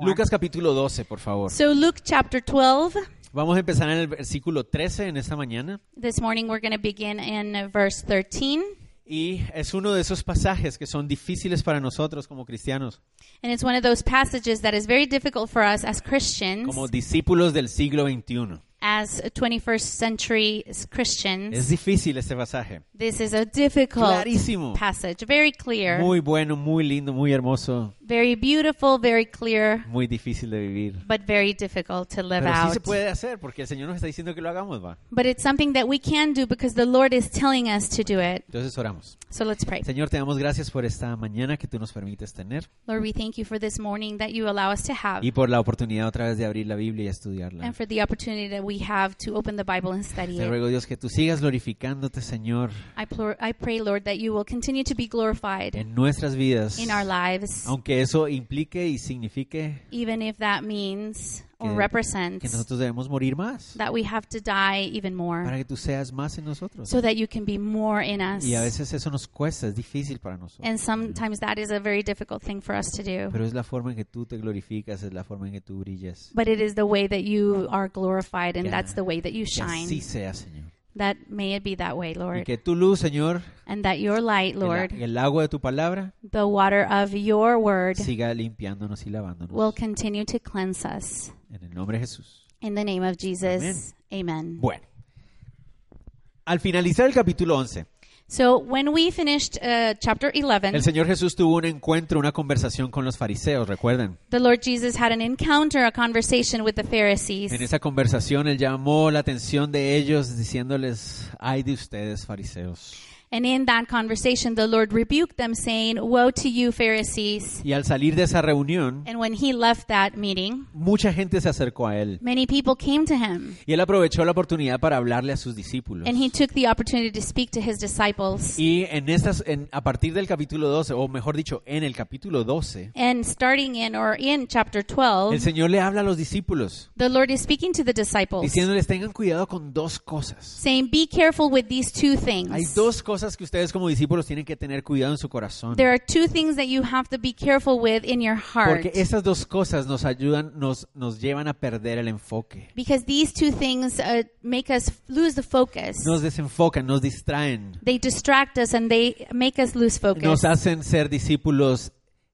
Lucas capítulo 12, por favor. So, Luke chapter 12. Vamos a empezar en el versículo 13 en esta mañana This morning we're going to begin in uh, verse 13. y es uno de esos pasajes que son difíciles para nosotros como cristianos, And it's one of those passages that is very difficult for us as Christians, como discípulos del siglo XXI. as 21st century s- Christians. Es difícil este pasaje. this is a difficult Clarísimo. passage. Very clear. Muy bueno, muy lindo, muy hermoso, very beautiful, very clear, muy difícil de vivir. but very difficult to live Pero sí out. se puede hacer porque el Señor nos está diciendo que lo hagamos, va. But it's something that we can do because the Lord is telling us to do it. Entonces oramos. So let's pray. Señor, te damos gracias por esta mañana que tú nos permites tener Lord, we thank you for this morning that you allow us to have y por la oportunidad otra vez de abrir la Biblia y estudiarla. and for the opportunity that we have to open the Bible and study Te it. ruego Dios que tú sigas glorificándote, Señor, I, plor- I pray, Lord, that you will continue to be glorified en nuestras vidas, in our lives, aunque eso implique y signifique even if that means or Que- que represents nosotros debemos morir más that we have to die para even more que tú seas más en nosotros. so that you can be more in us. Y a veces eso nos cuesta, es difícil para nosotros. And sometimes that is a very difficult thing for us to do. Pero es la forma en que tú te glorificas, es la forma en que tú brillas. But it is the way that you are glorified, and Que- that's the way that you Que así shine. sea, Señor. That may it be that way, Y Lord. que tu luz, Señor, And that your light, el, a- Lord, el agua de tu palabra, the water of your word, siga limpiándonos y will lavándonos. continue to cleanse us. En el nombre de Jesús. In the name of Jesus, amen. Bueno, al finalizar el capítulo 11, So when we finished uh, chapter 11, el Señor Jesús tuvo un encuentro, una conversación con los fariseos, recuerden. the Lord Jesus had an encounter, a conversation with the Pharisees. En esa conversación Él llamó la atención de ellos diciéndoles, ay de ustedes, fariseos. And in that conversation, the Lord rebuked them, saying, Woe to you, Pharisees. Y al salir de esa reunión, And when he left that meeting, mucha gente se acercó a Él. many people came to him. Y Él aprovechó la oportunidad para hablarle a sus discípulos. And he took the opportunity to speak to his disciples. Y en estas, en- a partir del capítulo 12, o mejor dicho, en el capítulo 12, And starting in or in chapter el 12, Señor le habla a los discípulos, the Lord is speaking to the disciples, diciéndoles, tengan cuidado con dos cosas. saying, Be careful with these two Hay things. dos cosas que ustedes como discípulos tienen que tener cuidado en su corazón. There are two things that you have to be careful with in your heart. Porque esas dos cosas nos ayudan, nos, nos llevan a perder el enfoque. Because these two things uh, make us lose the focus. Nos desenfocan, nos distraen. They distract us and they make us lose focus. Nos hacen ser discípulos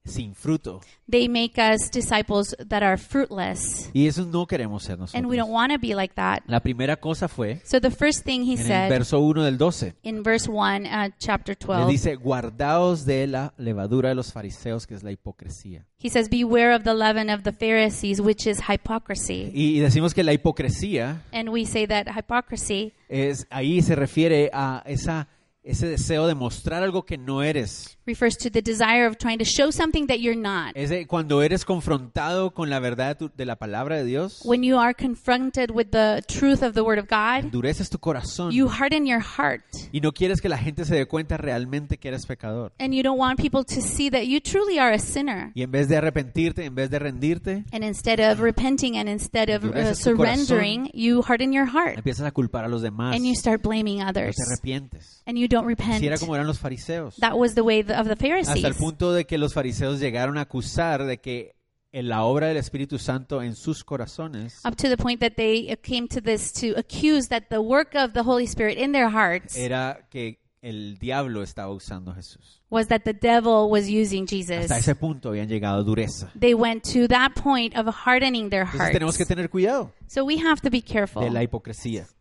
sin fruto. They make us disciples that are fruitless. Y eso no queremos ser And we nosotros. don't want to be like that. La primera cosa fue So the first thing he en el said verso 1 del 12. in verse 1, uh, chapter Le 12, dice, guardaos de la levadura de los fariseos, que es la hipocresía. he says, Beware of the leaven of the Pharisees, which is hypocrisy. Y, y decimos que la hipocresía And we say that hypocrisy, es ahí se refiere a esa, ese deseo de mostrar algo que no eres. refers to the desire of trying to show something that you're not. Es de cuando eres confrontado con la verdad de, tu- de la palabra de Dios, When you are confronted with the truth of the Word of God, endureces tu corazón you harden your heart y no quieres que la gente se dé cuenta realmente que eres pecador. and you don't want people to see that you truly are a sinner. Y en vez de arrepentirte, en vez de rendirte, And instead of repenting and instead of uh, Endureces tu corazón. surrendering, you harden your heart empiezas a culpar a los demás. and you No start blaming others te arrepientes. and you don't Así era repent. como eran los fariseos. That was the way th- of the Hasta el Pharisees. punto de que los fariseos llegaron a acusar de que en la obra del Espíritu Santo en sus corazones Up to the point that they uh, came to this to accuse that the work of the Holy Spirit in their hearts era que el diablo estaba usando a Jesús. was that the devil was using Hasta Jesus. ese punto habían llegado dureza. They went to that point of hardening their Entonces tenemos hearts. que tener cuidado So we have to be careful de la hipocresía. uh,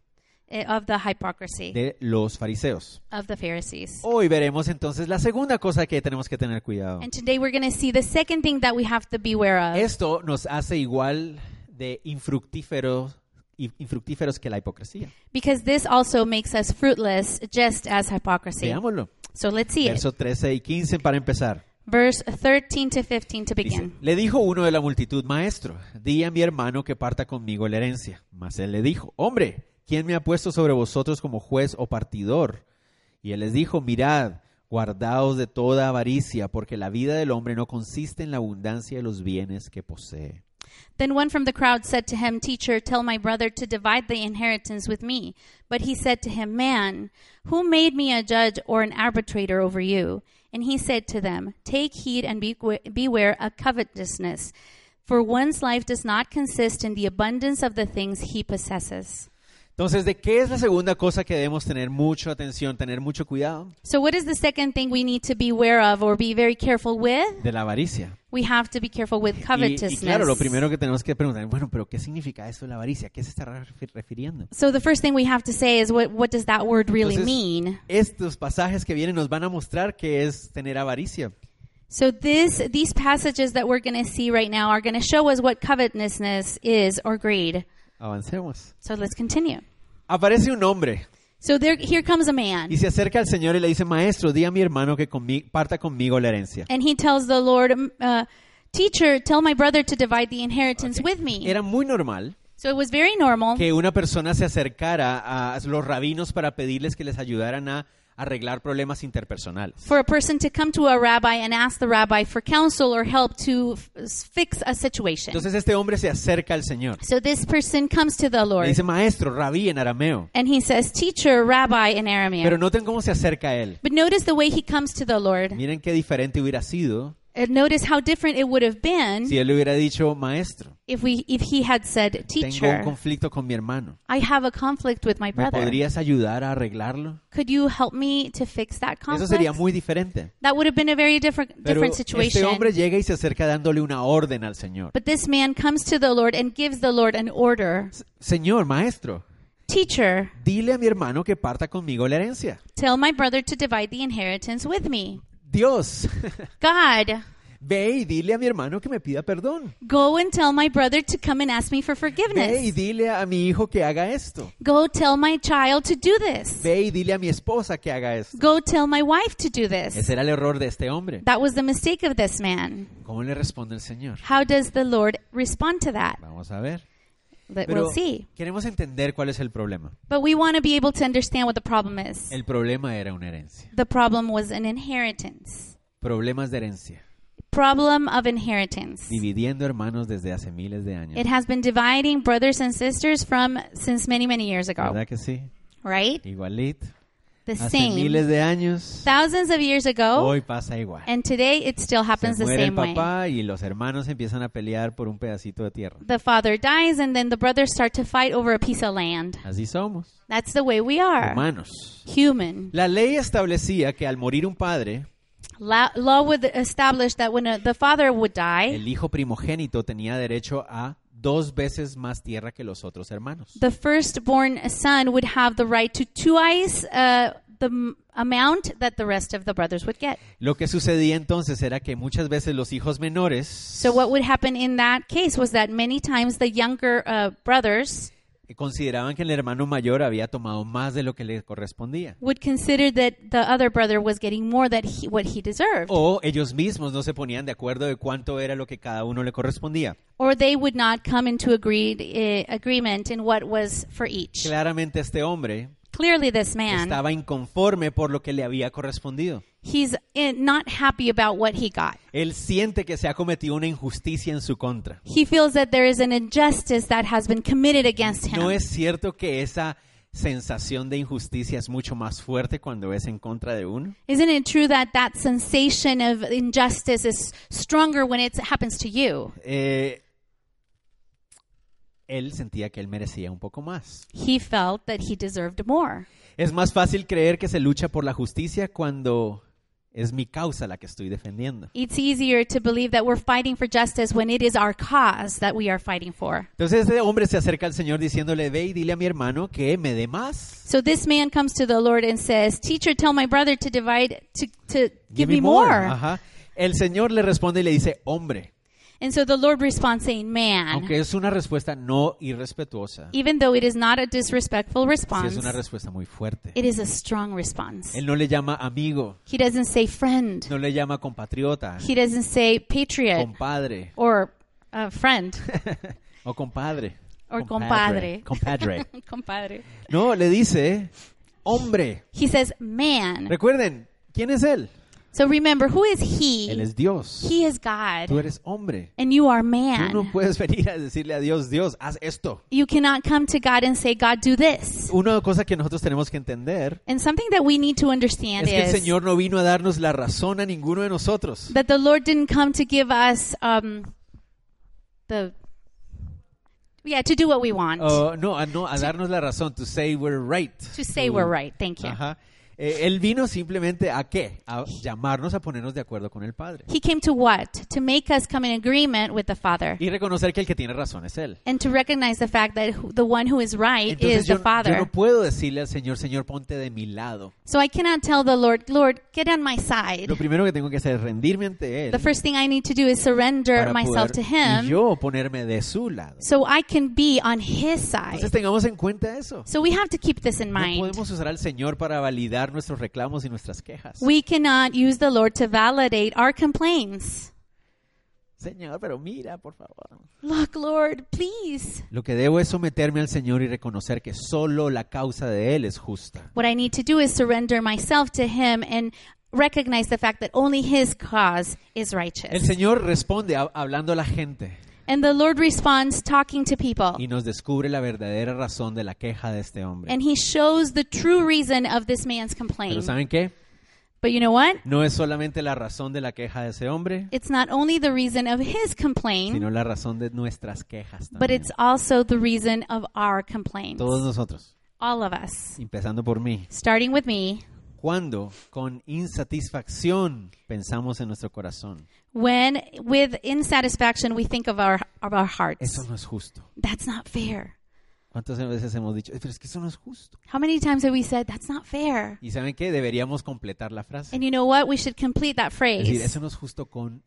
of the hypocrisy de los fariseos. of the Pharisees. Hoy veremos entonces la segunda cosa que tenemos que tener cuidado. And today we're going to see the second thing that we have to beware of. Esto nos hace igual de infructíferos, in- infructíferos que la hipocresía. Because this also makes us fruitless, just as hypocrisy. Veámoslo. So let's see it. Verso 13 y 15 para empezar. Verse 13 to 15 Dice, to begin. le dijo uno de la multitud, maestro, di a mi hermano que parta conmigo la herencia. Mas él le dijo, hombre, ¿quién me ha puesto sobre vosotros como juez o partidor? Y él les dijo, mirad, guardaos de toda avaricia, porque la vida del hombre no consiste en la abundancia de los bienes que posee. Then one from the crowd said to him, Teacher, tell my brother to divide the inheritance with me. But he said to him, Man, who made me a judge or an arbitrator over you? And he said to them, Take heed and be- beware of covetousness. for one's life does not consist in the abundance of the things he possesses. Entonces, ¿de qué es la segunda cosa que debemos tener mucha atención, tener mucho cuidado? So, what is the second thing we need to be aware of or be very careful with? De la avaricia. We have to be careful with Y, y covetousness. claro, lo primero que tenemos que preguntar, bueno, pero ¿qué significa eso de la avaricia? ¿A ¿Qué se está refi- refiriendo? So, the first thing we have to say is what, what does that word really Entonces- mean? Estos pasajes que vienen nos van a mostrar qué es tener avaricia. So, this, these passages that we're going to see right now are going to show us what covetousness is or greed. Avancemos. So, let's continue. Aparece un hombre So, there, here comes a man. y se acerca al Señor y le dice, maestro, di a mi hermano que conmi- parta conmigo la herencia. And he tells the Lord, "Um, uh, Teacher, tell my brother to divide the inheritance with me. Era muy normal so it was very normal que una persona se acercara a los rabinos para pedirles que les ayudaran a arreglar problemas interpersonales. for a person to come to a rabbi and ask the rabbi for counsel or help to f- fix a situation. Entonces este hombre se acerca al Señor. so this person comes to the Le Lord dice, maestro, rabí en arameo. and he says, Teacher, rabbi in Aramaic. Pero noten cómo se acerca a él. but notice the way he comes to the Lord. Miren qué diferente hubiera sido And notice how different it would have been si él le hubiera dicho, maestro, if, we, if he had said, tengo un Teacher, conflicto con mi hermano. I have a conflict with ¿Me my brother. podrías ayudar a arreglarlo? Could you help me to fix that Eso conflict? sería muy diferente. that would have been a very different, Pero different situation. este hombre llega y se acerca dándole una orden al Señor. But this man comes to the Lord and gives the Lord an order. Señor, maestro, Teacher, dile a mi hermano que parta conmigo la herencia. tell my brother to divide the inheritance with me. Dios, God, ve y dile a mi hermano que me pida perdón. go and tell my brother to come and ask me for Ve y forgiveness. dile a mi hijo que haga esto. Go tell my child to do this. Ve y dile a mi esposa que haga esto. Go tell my wife to do this. Ese era el error de este hombre. That was the mistake of this man. ¿Cómo le responde el Señor? How does the Lord respond to that? Vamos a ver. But Pero we'll see. queremos entender cuál es el problema. But we want to be able to understand what the problem is. El problema era una herencia. The problem was an inheritance. Problemas de herencia. Problem of inheritance. Dividiendo hermanos desde hace miles de años. It has been dividing brothers and sisters from since many, many years ago, ¿Verdad que sí? right? Igualito. The Hace same. miles de años. Thousands of years ago, Hoy pasa igual. and today it still happens Se the muere el same way. papá y los hermanos empiezan a pelear por un pedacito de tierra. The father dies, and then the brothers start to fight over a piece of land. Así somos, That's the way we are. humanos. Human. La ley establecía que al morir un padre, La- law would establish that when uh the father would die, el hijo primogénito tenía derecho a dos veces más tierra que los otros hermanos. the firstborn son would have the right to twice uh, the m- amount that the rest of the brothers would get. Lo que sucedía entonces era que muchas veces los hijos menores So what would happen in that case was that many times the younger uh, brothers eh, consideraban que el hermano mayor había tomado más de lo que le correspondía. would consider that the other brother was getting more than he, what he deserved, O ellos mismos no se ponían de acuerdo de cuánto era lo que cada uno le correspondía. or they would not come into agreed uh, agreement in what was for each. Claramente este hombre Clearly, this man estaba inconforme por lo que le había correspondido. he's in, not happy about what he got. Él siente que se ha cometido una injusticia en su contra. He feels that there is an injustice that has been committed against him. ¿No es cierto que esa sensación de injusticia es mucho más fuerte cuando es en contra de uno? Isn't it true that that sensation of injustice is stronger when it happens to you? Eh, él sentía que él merecía un poco más. He felt that he deserved more. Es más fácil creer que se lucha por la justicia cuando es mi causa la que estoy defendiendo. It's easier to believe that we're fighting for justice when it is our cause that we are fighting for. Entonces ese hombre se acerca al Señor diciéndole, ve y dile a mi hermano que me dé más. So this man comes to the Lord and says, Teacher, tell my brother to divide, to, to give, me me Uh-huh. more. Ajá. El Señor le responde y le dice, hombre, And so the Lord responds, saying, Man, aunque es una respuesta no irrespetuosa, even though it is not a disrespectful sí response, es una respuesta muy fuerte. it is a strong response. Él no le llama amigo, He doesn't say friend, no le llama compatriota, he doesn't say patriot compadre or uh, friend, o compadre. Or compadre. Compadre. compadre. No, le dice, hombre. He says, Man. Recuerden, ¿quién es él? So remember, who is Él he? es Dios. He is God. Tú eres hombre. and you are Tú no man. puedes venir a decirle a Dios, Dios, haz esto. You cannot come to God and say, God, do this. Una cosa que nosotros tenemos que entender And something that we need to understand es que el is Señor no vino a darnos la razón a ninguno de nosotros. that the Lord didn't come to give us um, the yeah to do what we want Oh, no, a, no, a darnos la razón, to say we're right. to say we're right thank you Ajá. Eh, él vino simplemente a qué? A llamarnos a ponernos de acuerdo con el Padre. he came to what to make us come in agreement with the father Y reconocer que el que tiene razón es Él. and to recognize the fact that who- the one who is right Entonces is yo, no- the yo father no puedo decirle al Señor, Señor, ponte de mi lado. so i cannot tell the lord lord get on my side Lo primero que tengo que hacer es rendirme ante Él the first thing i need to do is surrender para poder myself to him y yo ponerme de su lado. so i can be on his side Entonces tengamos en cuenta eso. so we have to keep this in No mind podemos usar al Señor para validar nuestros reclamos y nuestras quejas. we cannot use the lord to validate our complaints Señor, pero mira, por favor. look lord please Lo que debo es someterme al Señor y reconocer que solo la causa de Él es justa. What I need to do is surrender myself to Him and recognize the fact that only His cause is El righteous. Señor responde hab- hablando a la gente And the Lord responds talking to people. y nos descubre la verdadera razón de la queja de este hombre. And He shows the true reason of this man's Pero complaint. ¿saben qué? But you know what? No es solamente la razón de la queja de ese hombre, It's not only the reason of His complaint, sino la razón de nuestras quejas but también. it's also the reason of our complaints. Todos nosotros, All of us. empezando por mí. Starting with me, Cuando con insatisfacción pensamos en nuestro corazón, when with insatisfaction we think of our, of our hearts. eso no es justo. That's not fair. ¿Cuántas veces hemos dicho, "Eh, pero es que eso no es justo? How many times have we said, that's not fair? Y saben qué, deberíamos completar la frase. And you know what? We should complete that Es decir, phrase eso no es justo conmigo.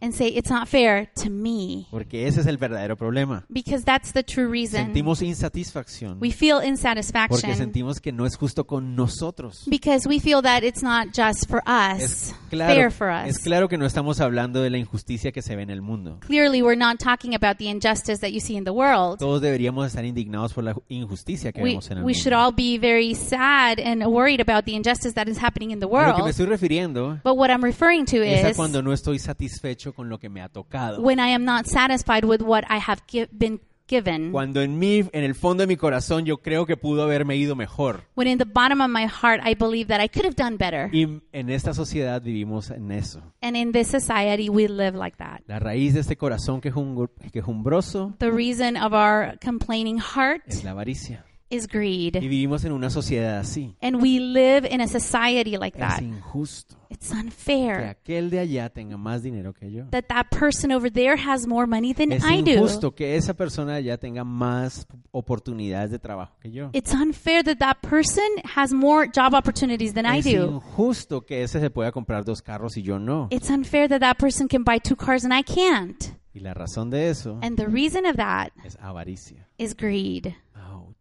and say, it's not fair to me. Porque ese es el verdadero problema. Because that's the true reason. Sentimos insatisfacción We feel porque insatisfaction sentimos que no es justo con nosotros. because we feel that it's not just for us, Es fair claro, for es us. claro que no estamos hablando de la injusticia que se ve en el mundo. Clearly, we're not talking about the injustice that you see in the world. Todos deberíamos estar indignados por la ju- injusticia que We, vemos en el we mundo. should all be very sad and worried about the injustice that is happening in the A lo que me world. estoy refiriendo But what I'm referring to es a is cuando no estoy satisfecho con lo que me ha tocado. when I am not satisfied with what I have gi- been given. Cuando en mí, en el fondo de mi corazón, yo creo que pudo haberme ido mejor. When in the bottom of my heart, I believe that I could have done better. Y en esta sociedad vivimos en eso. And in this society, we live like that. La raíz de este corazón quejungo- quejumbroso The reason of our complaining es heart la avaricia. is Y greed. vivimos en una sociedad así. And we live in a society like Es that. injusto It's que unfair aquel de allá tenga más dinero que yo. that that person over there has more money than Es I do. injusto que esa persona de allá tenga más oportunidades de trabajo que yo. It's unfair that that person has more job opportunities than I Es do. injusto que ese se pueda comprar dos carros y yo no. It's unfair that that person can buy two cars and I can't. Y la razón de eso And the reason of that es avaricia. is greed. Ouch.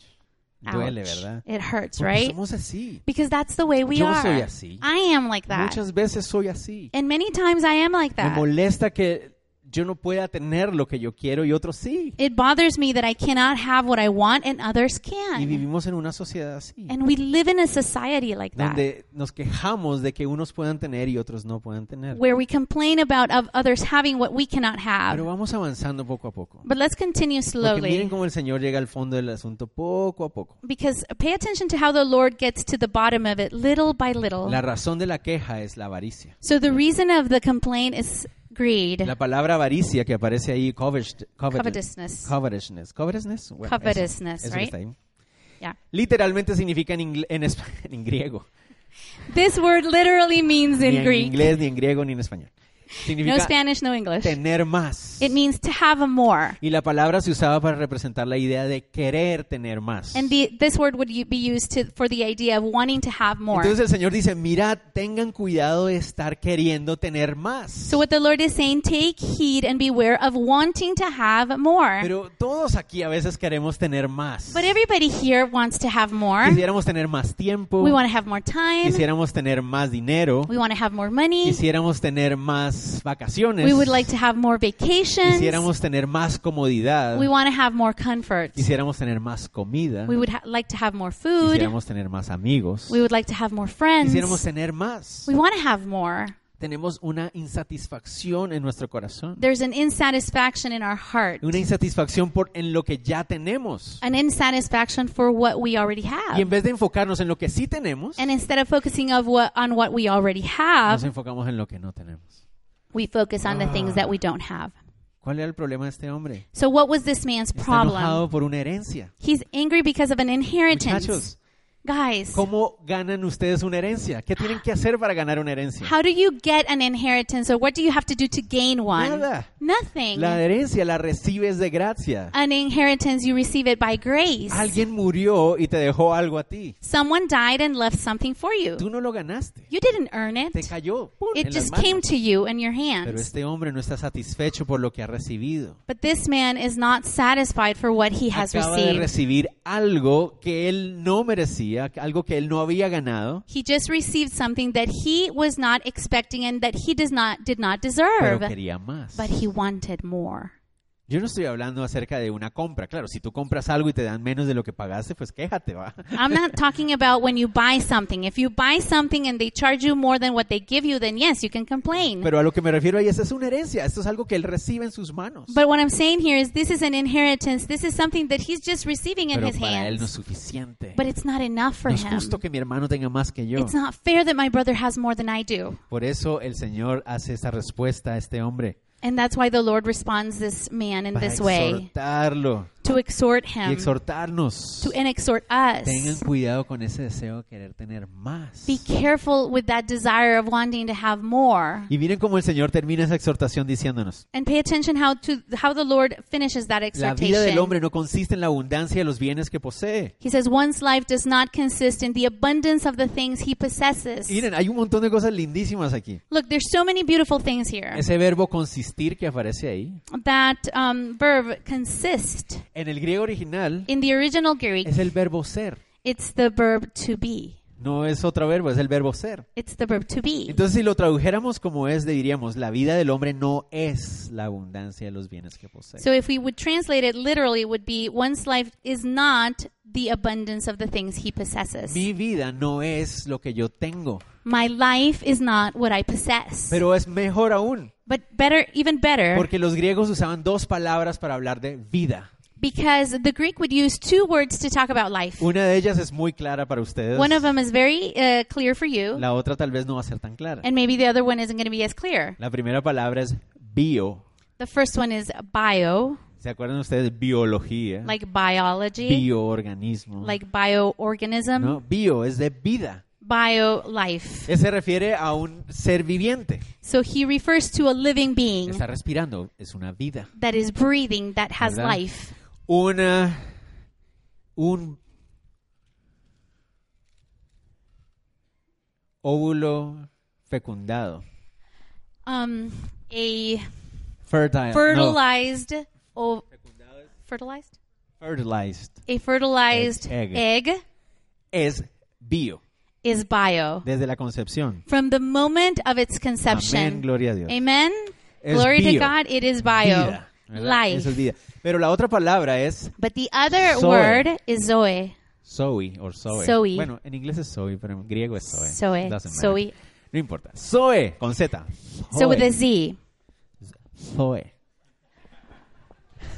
Duele, Ouch. ¿verdad? It hurts, Porque right? Somos así. Because that's the way we Yo are. soy así. I am like that. Muchas veces soy así. And many times I am like Me that. molesta que yo no pueda tener lo que yo quiero y otros sí. It bothers me that I cannot have what I want and others Y can. vivimos en una sociedad así. And we live in a society like that donde nos quejamos de que unos puedan tener y otros no puedan tener. where we complain about of others having what we cannot Pero have. vamos avanzando poco a poco. But let's continue Porque miren slowly cómo el Señor llega al fondo del asunto poco a poco. because pay attention to how the Lord gets to the bottom of it little by La little. razón de la queja es la avaricia. So the reason of the complaint is greed, La palabra avaricia que aparece ahí, covet- covetous- covetousness. covetousness. Covetousness. Bueno, eso, Covetousness, eso que right? está ahí. Yeah. Literalmente significa en, ingle- en, espa- en griego. This word literally means Ni in en Greek. inglés, ni en griego, ni en español. No Significa Spanish, no English. tener más. It means to have more. Y la palabra se usaba para representar la idea de querer tener más. And the, this word would u- be used to, for the idea of wanting to have more. Entonces el Señor dice, mirad, tengan cuidado de estar queriendo tener más. so what the Lord is saying, take heed and beware of wanting to have more. Pero todos aquí a veces queremos tener más. but everybody here wants to have more. Quisiéramos tener más tiempo, We want to have more time. quisiéramos tener más dinero, We want to have more money. quisiéramos tener más vacaciones, We would like to have more vacations. quisiéramos tener más comodidad, We want to have more comfort. quisiéramos tener más comida, We would ha- like to have more food. quisiéramos tener más amigos, We would like to have more friends. quisiéramos tener más. We want to have more. Tenemos una insatisfacción en nuestro corazón, There's an insatisfaction in our heart, una insatisfacción por en lo que ya tenemos. an insatisfaction for what we already have. Y en vez de enfocarnos en lo que sí tenemos, And instead of focusing of what, on what we already nos have, enfocamos en lo que no tenemos. Ah. we focus on the things that we don't have. ¿Cuál era el problema de este hombre? So, what was this man's Está problem? enojado por una herencia. He's angry because of an inheritance. Muchachos, Guys, ¿cómo ganan ustedes una herencia? ¿Qué tienen que hacer para ganar una herencia? how do you get an inheritance or what do you have to do to gain one? Nada. Nothing. La herencia la recibes de gracia. An inheritance, you receive it by grace. Alguien murió y te dejó algo a ti. Someone died and left something for you. Tú no lo ganaste. You didn't earn it. Te cayó. ¡pum! It en las just manos. came to you in your Pero hands. este hombre no está satisfecho por lo que ha recibido. But this man is not satisfied for what he has Acaba de received. recibir algo que él no merecía, algo que él no había ganado, He just received something that he was not expecting and that he does not did not pero deserve, quería más. but he wanted more. Yo no estoy hablando acerca de una compra. Claro, si tú compras algo y te dan menos de lo que pagaste, pues quéjate, va. I'm not talking about when you buy something. If you buy something and they charge you more than what they give you, then yes, you can complain. Pero a lo que me refiero ahí, esa es una herencia. Esto es algo que él recibe en sus manos. But what I'm saying here is this is an inheritance. This is something that he's just receiving in Pero his para él no es hands. suficiente. But it's not enough for No es him. justo que mi hermano tenga más que yo. It's not fair that my brother has more than I do. Por eso el Señor hace esa respuesta a este hombre. And that's why the Lord responds this man in Para this way exhortarlo to exhort y him exhortarnos. to, and exhort us. Tengan cuidado con ese deseo de querer tener más. Be careful with that desire of wanting to have more. Y miren cómo el Señor termina esa exhortación diciéndonos. And pay attention how to how the Lord finishes that La vida del exhortation. hombre no consiste en la abundancia de los bienes que posee. He says one's life does not consist in the abundance of the things he possesses. Y Miren, hay un montón de cosas lindísimas aquí. Look, there's so many beautiful things here. Ese verbo consistir que aparece ahí. That um, verb consist En el griego original in the original Greek, es el verbo ser. it's the verb to be. No es otro verbo, es el verbo ser. It's the verb to be. Entonces, si lo tradujéramos como es, le diríamos, la vida del hombre no es la abundancia de los bienes que posee. So if we would translate it literally, it would be one's life is not the abundance of the things he possesses. Mi vida no es lo que yo tengo, My life is not what I possess. pero es mejor aún, But better, even better, porque los griegos usaban dos palabras para hablar de vida. because the Greek would use two words to talk about life. Una de ellas es muy clara para ustedes, One of them is very uh, clear for you, la otra tal vez no va a ser tan clara. and maybe the other one isn't going to be as clear. La primera palabra es bio. The first one is bio, ¿Se acuerdan ustedes? Biología, like biology, bioorganismo. like bioorganism, ¿no? Eh. Bio es de vida. bio life. Se refiere a un ser viviente. So he refers to a living being Está respirando, es una vida. that is breathing, that has ¿Verdad? life. una un óvulo fecundado um, a fertile Eh, no, fertilized o- fertilized fertilized a fertilized Egg, egg, es bio is bio desde la concepción from the moment of its conception. amén gloria a Dios Amen. Es Glory to bio. God. It is bio Vida, ¿verdad? life. Eso es vida. pero la otra palabra es But the other Zoe. word is zoe. zoe o zoe. Zoe. bueno en inglés es zoe pero en griego es zoe Zoe, Doesn't matter. zoe. no importa zoe con z So with Zoe. a z. Zoe.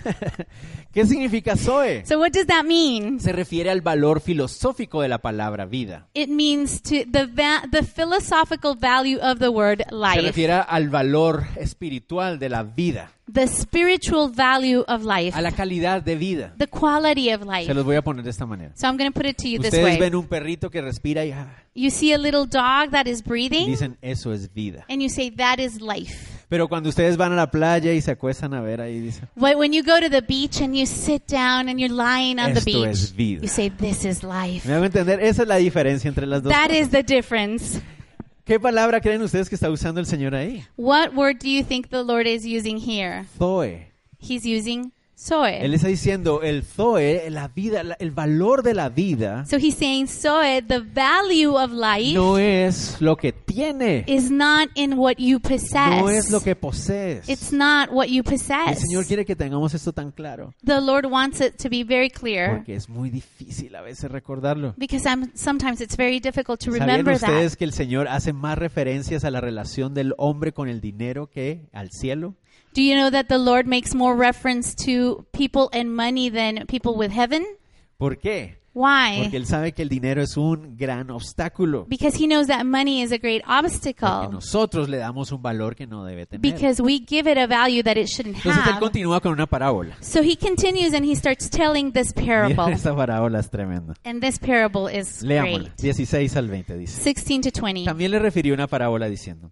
¿Qué significa Zoe? So what does that mean? Se refiere al valor filosófico de la palabra vida. It means to the va- the philosophical value of the word Se life, refiere al valor espiritual de la vida, the spiritual value of life, a la calidad de vida. the quality of life. Se los voy a poner de esta manera. So I'm going to put it to you this Ustedes way. ven un perrito que respira y ah, You see a little dog that is y breathing, dicen, eso es vida. and you say, That is life. Pero cuando ustedes van a la playa y se acuestan a ver ahí, dicen, But when you go to the beach and you sit down and you're lying on the Esto es beach, vida. you say, This is life. ¿me hago entender? Esa es la diferencia entre las dos. That cosas. is the difference. ¿Qué palabra creen ustedes que está usando el Señor ahí? What word do you think the Lord is using here? Zoe. He's using Él soy. está diciendo el Zoe, la vida, la- el valor de la vida So he's saying, Soy, the value of life no es lo que tiene, is not in what you possess. no es lo que posees. It's not what you El possess. Señor quiere que tengamos esto tan claro, The Lord wants it to be very clear porque es muy difícil a veces recordarlo. because I'm, sometimes it's very difficult to ¿Sabían remember that. ustedes que el Señor hace más referencias a la relación del hombre con el dinero que al cielo? Do you know that the Lord makes more reference to people and money than people with heaven? ¿Por qué? Porque Why? él sabe que el dinero es un gran obstáculo. Because he knows that money is a great Porque obstacle. nosotros le damos un valor que no debe tener. Because we give it a value that it shouldn't Entonces él have. continúa con una parábola. So he continues and he starts telling this Miren, parable. esta parábola es tremenda. And this parable is Leámosla. great. 16 al 20 dice. 16 to 20. También le refirió una parábola diciendo,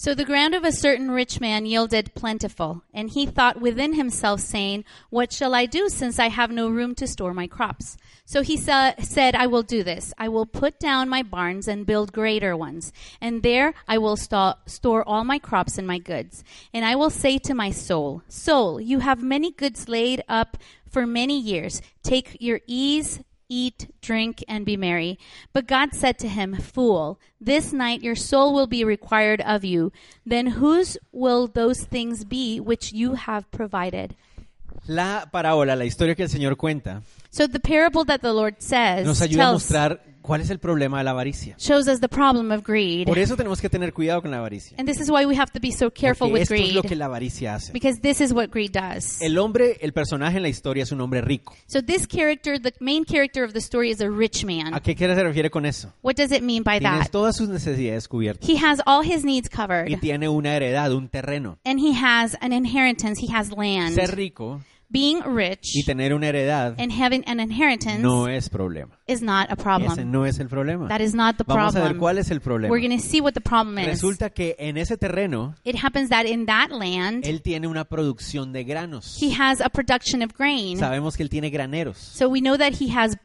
So the ground of a certain rich man yielded plentiful, and he thought within himself, saying, What shall I do, since I have no room to store my crops? So he sa- said, I will do this. I will put down my barns and build greater ones, and there I will sto- store all my crops and my goods. And I will say to my soul, Soul, you have many goods laid up for many years. Take your ease. Eat, drink, and be merry. But God said to him, Fool, this night your soul will be required of you. Then whose will those things be which you have provided? La parábola, la historia que el Señor cuenta, So the parable that the Lord says nos ayuda a tells, mostrar cuál es el problema de la avaricia. shows us the problem of greed. Por eso tenemos que tener cuidado con la avaricia. And this is why we have to be so careful Porque with esto es lo greed, que la avaricia hace. because this is what greed does. El hombre, el personaje en la historia es un hombre rico. So this character, the main character of the story, is a rich ¿A man. qué se refiere con eso? What does it mean by Tiene that? todas sus necesidades cubiertas He has all his needs y covered, tiene una heredad, un terreno. and he has an inheritance. He has land. Ser rico being rich y tener una heredad and having an inheritance no es problema. is not a Ese problem. no es el problema. That is not the Vamos a ver problem. cuál es el problema. We're going to see what the problem is. Resulta que en ese terreno it happens that in that land, él tiene una producción de granos. he has a production of grain. Sabemos que él tiene graneros. So we know that he has Él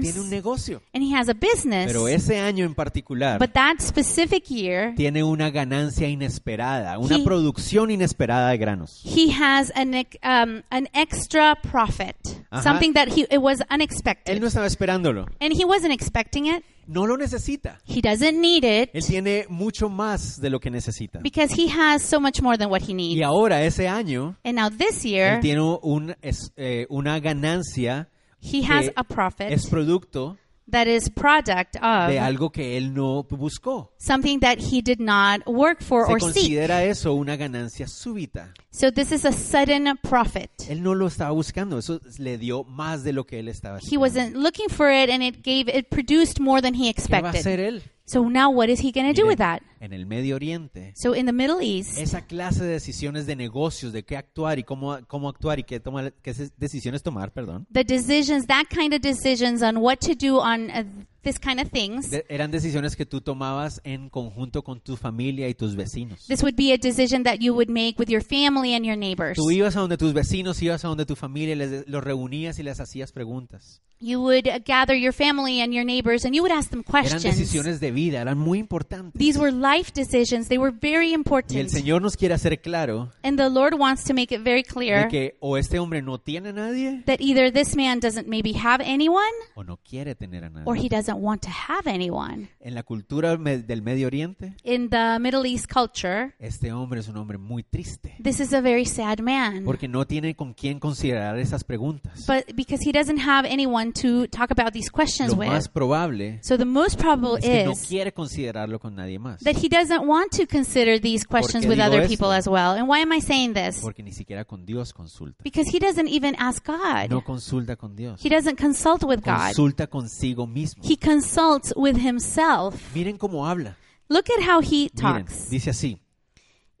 tiene un barns negocio. and he has a business. Pero ese año en particular But that specific year, tiene una ganancia inesperada, una He- producción inesperada de granos. he has an, ex- um, an extra profit, Ajá. something that he, it was Él unexpected. no estaba esperándolo. and he wasn't expecting it. No lo necesita. He doesn't need it Él tiene mucho más de lo que necesita. because he has so much more than what he needs. Y ahora, ese año, And now this year, él tiene un, es- eh, una ganancia He que has a profit es producto that is product de of algo que él no buscó. something that he did not work for Se or seek. considera eso una ganancia súbita. So this is a sudden profit. Él no lo estaba buscando. Eso le dio más de lo que él estaba He esperando. wasn't looking for it and it gave it produced more than he ¿Qué va a hacer expected. él? So now what is he going to do Miren, with that? En el Medio Oriente, So in the Middle East, esa clase de decisiones de negocios, de qué actuar y cómo, cómo actuar y qué, tomar, qué se- decisiones tomar, perdón, the decisions, that kind of decisions on what to do on uh, this kind of things, de- eran decisiones que tú tomabas en conjunto con tu familia y tus vecinos. this would be a decision that you would make with your family and your neighbors. Tú ibas a donde tus vecinos, ibas a donde tu familia, les, los reunías y les hacías preguntas. You would uh, gather your family and your neighbors and you would ask them Eran questions. decisiones de vida, eran muy importantes. These were life decisions. They were very Y el important. Señor nos quiere hacer claro And the Lord wants to make it very de clear que o este hombre no tiene a nadie that either this man doesn't maybe have anyone o no quiere tener a or nadie. he doesn't want to have anyone. En la cultura me- del Medio Oriente, In the Middle East culture, este hombre es un hombre muy triste. this is a very sad man. Porque no tiene con quién considerar esas preguntas. But because he doesn't have anyone to talk about these questions Lo más with. probable So the most probable es que no is quiere considerarlo con nadie más. that he doesn't want to consider these questions qué with digo other esto? people as well. And why am I saying this? Porque ni siquiera con Dios consulta. Because he doesn't even ask God. No consulta con Dios. He doesn't consult with God. Consulta consigo mismo. He consults with himself. Miren cómo habla. Look at how he Miren, talks. dice así.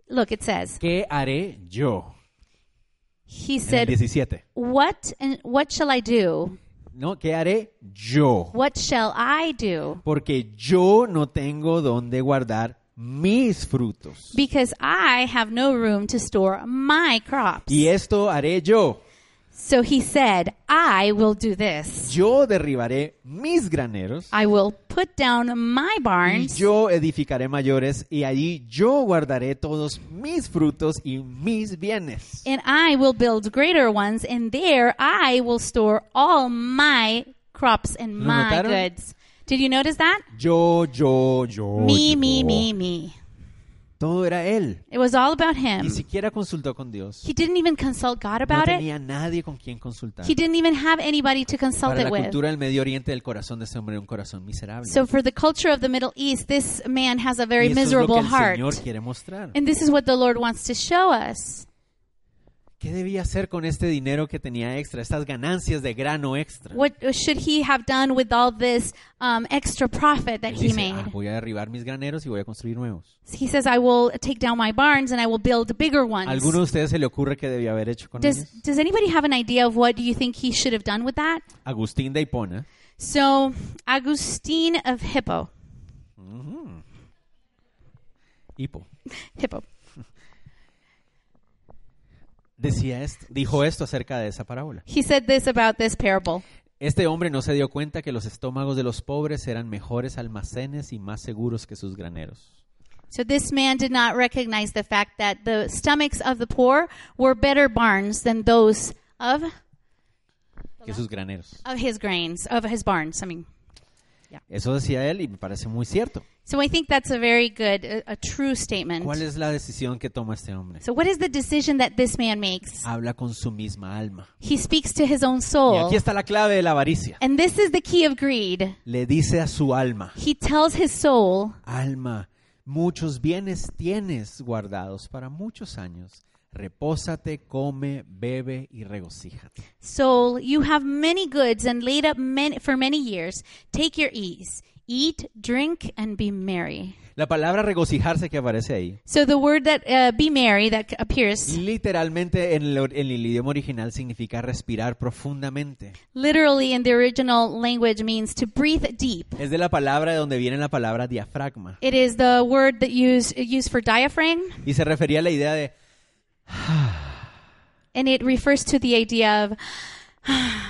Look, it says, ¿Qué haré yo? he En el said, 17. "What and what shall I do? No, ¿qué haré yo? What shall I do? Porque yo no tengo dónde guardar mis frutos. Because I have no room to store my crops." Y esto haré yo. So he said, "I will do this. Yo derribaré mis graneros I will put down my Y barns, yo edificaré mayores y allí yo guardaré todos mis frutos y mis bienes. and I will build greater ones, and there I will store all my crops and ¿Lo my notaron? goods." Did you notice that? Yo, yo, yo. me, yo. me, me, me. Todo era él. It was all about him. Ni siquiera consultó con Dios. He didn't even consult God No about it. tenía nadie con quien consultar. He didn't even have anybody to consult Para it la with. cultura del Medio Oriente, el corazón de ese hombre era un corazón miserable. So for the culture of the Middle East, this man has a Y very eso es lo que miserable el heart. Señor quiere mostrar. And this is what the Lord wants to show us. ¿Qué debía hacer con este dinero que tenía extra, estas ganancias de grano extra? What should he have done with all this um, extra profit that Él he dice, "Ah, made? voy a derribar mis graneros y voy a construir nuevos. He says, I will take down my barns and I will build bigger ones. ¿Alguno de ustedes se le ocurre que debía haber hecho con Does, ellos? does anybody have an idea of what do you think he should have done with that? Agustín de Hipona So, Agustin of Hippo, Hipo, Hippo, decía esto, dijo esto acerca de esa parábola. he said this about this parable. Este hombre no se dio cuenta que los estómagos de los pobres eran mejores almacenes y más seguros que sus graneros. So, this man did not recognize the fact that the stomachs of the poor were better barns than those of, Que sus graneros. of his grains, of his barns. I mean, Eso decía él y me parece muy cierto. so I think that's a very good, a, a true statement. ¿Cuál es la decisión que toma este hombre? So, what is the decision that this man makes? Habla con su misma alma. He speaks to his own Y soul. aquí está la clave de la avaricia. And this is the key of greed. Le dice a su alma, He tells his soul, alma, muchos bienes tienes guardados para muchos años. Repósate, come, bebe y regocíjate. Soul, you have many goods and laid up many, for many years. Take your ease. Eat, drink, and be merry. La palabra regocijarse que aparece ahí, So the word that uh, be merry that appears literalmente en el, or- en el idioma original significa respirar profundamente. literally in the original language means to breathe deep. Es de la palabra de donde viene la palabra diafragma. It is the word that used used for diaphragm, Y se refería a la idea de, and it refers to the idea of.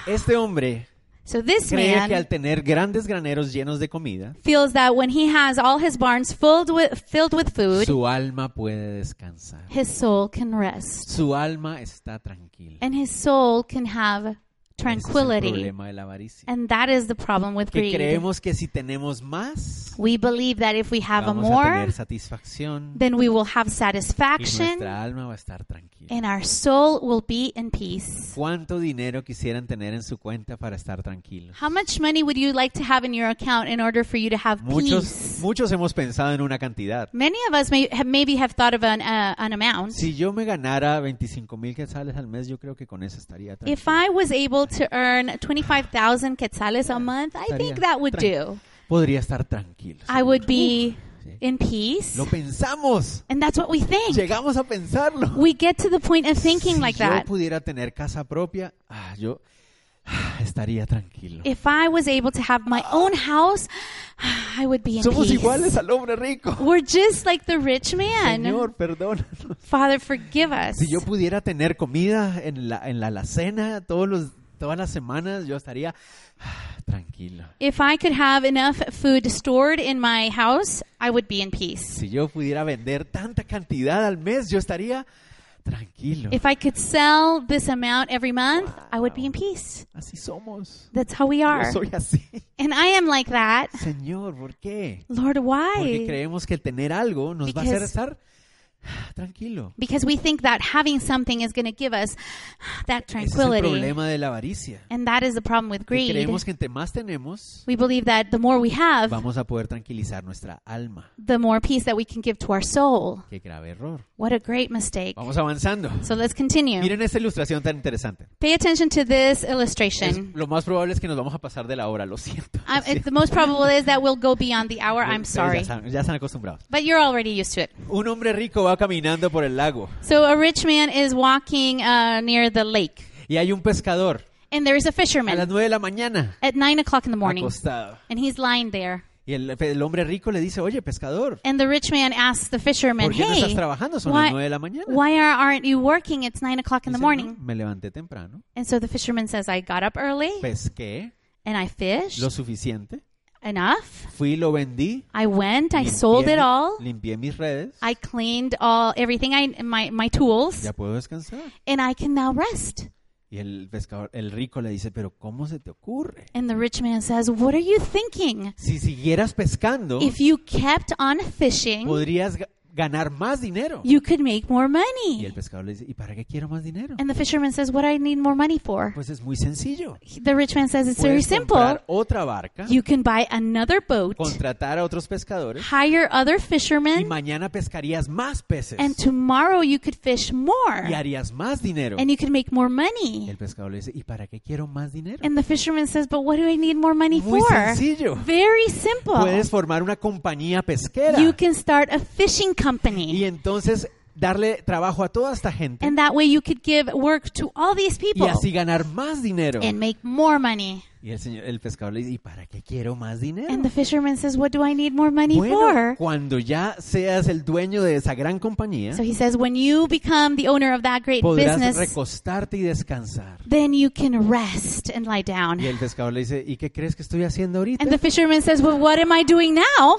este hombre So this cree que al man tener grandes graneros llenos de comida, feels that when he has all his barns filled with filled with food, su alma puede descansar. his soul can rest, Su alma está tranquila. and his soul can have Ese es el tranquility. problema de la avaricia. And that is the problem with Que greed. creemos que si tenemos más, We believe that if we have a vamos a more, tener satisfacción then we will have y satisfaction nuestra alma va a estar tranquila. and our soul will be in peace. ¿Cuánto dinero quisieran tener en su cuenta para estar tranquilos? How much money would you like to have in your account in order for you to have Muchos, peace? muchos hemos pensado en una cantidad. Many of us may have, maybe have thought of an, uh, an amount. Si yo me ganara 25 mil quetzales al mes, yo creo que con eso estaría tranquilo. If I was able to earn 25,000 quetzales a month, I think that would do. Podría estar tranquilo. I would be sí. in peace. Lo pensamos. And that's what we think. Llegamos a pensarlo. We get to the point of thinking si like yo that. pudiera tener casa propia, ah, yo ah, estaría tranquilo. If I was able to have my own house, I would be in Somos peace. iguales al hombre rico. We're just like the rich man. Señor, perdónanos. Father, forgive us. Si yo pudiera tener comida en la, en la alacena todos los, todas las semanas, yo estaría ah, tranquilo. If I could have enough food stored in my house, I would be in peace. Si yo pudiera vender tanta cantidad al mes, yo estaría tranquilo. If I could sell this amount every month, I would be in peace. Así somos. That's how we Yo are. soy así. And I am like that. Señor, ¿por qué? Porque Lord, why? creemos que el tener algo nos va a hacer Because- estar ah, tranquilo. Because we think that having something is going to give us that Ese es el tranquility. problema de la avaricia. And that is the problem with Que greed. creemos que entre más tenemos, We believe that the more we have, vamos a poder tranquilizar nuestra alma. the more peace that we can give to our soul. Qué grave error. What a great mistake. Vamos avanzando. So let's continue. Miren esta ilustración tan interesante. Pay attention to this Es- illustration. lo más probable es que nos vamos a pasar de la hora, lo siento. I, it, the most probable is that we'll go beyond the hour. Ah, I'm Ustedes sorry. Ya, saben- ya están acostumbrados. But you're already used to it. Un hombre rico va caminando por el lago So a rich man is walking uh, near the lake, y hay un pescador and there is a a las fisherman nueve de la mañana at 9 o'clock in the morning, acostado. and he's lying there. Y el, el hombre rico le dice, oye, pescador, And the rich man asks the fisherman, ¿por qué no hey, estás trabajando? Son las nueve de why, la mañana. why are, aren't you working? It's 9 o'clock in the Dice, morning. "No, me levanté temprano, And so the fisherman says, I got up early, pesqué and I fished lo suficiente, enough. fui y lo vendí, I went, I limpié sold mi- it all. limpié mis redes, I cleaned all everything I my my tools ya puedo descansar. and I can now rest. Y el pescador, el rico le dice, pero ¿cómo se te ocurre? And the rich man says, What are you thinking? Si siguieras pescando, If you kept on fishing, podrías ga- ganar más dinero. you could make Y more el money. pescador le dice, ¿y para qué quiero más dinero? And the fisherman says, What do I need more money for? Pues es muy sencillo. The rich man says, It's very Puedes simple. comprar otra barca, You can buy another boat, contratar a otros pescadores hire other y fishermen, mañana pescarías más peces and tomorrow you could fish y more harías más dinero. and you could make more Y el money. pescador le dice, ¿y para qué quiero más dinero? And the fisherman says, But what do I need more money Muy for? sencillo. Very simple. Puedes formar una compañía pesquera You can start a fishing y company. entonces darle trabajo a toda esta gente And that way you could give work to all these y people así ganar más dinero. and make more money. Y el señor, el pescador le dice, ¿y para qué quiero más dinero? And the fisherman says, What do I need more money Bueno, for? cuando ya seas el dueño de esa gran compañía, So he says, When you become the owner of that great podrás business, recostarte y descansar. then you can rest and lie down. Y el pescador le dice, ¿y qué crees que estoy haciendo ahorita? And the fisherman says, Well, what am I doing now?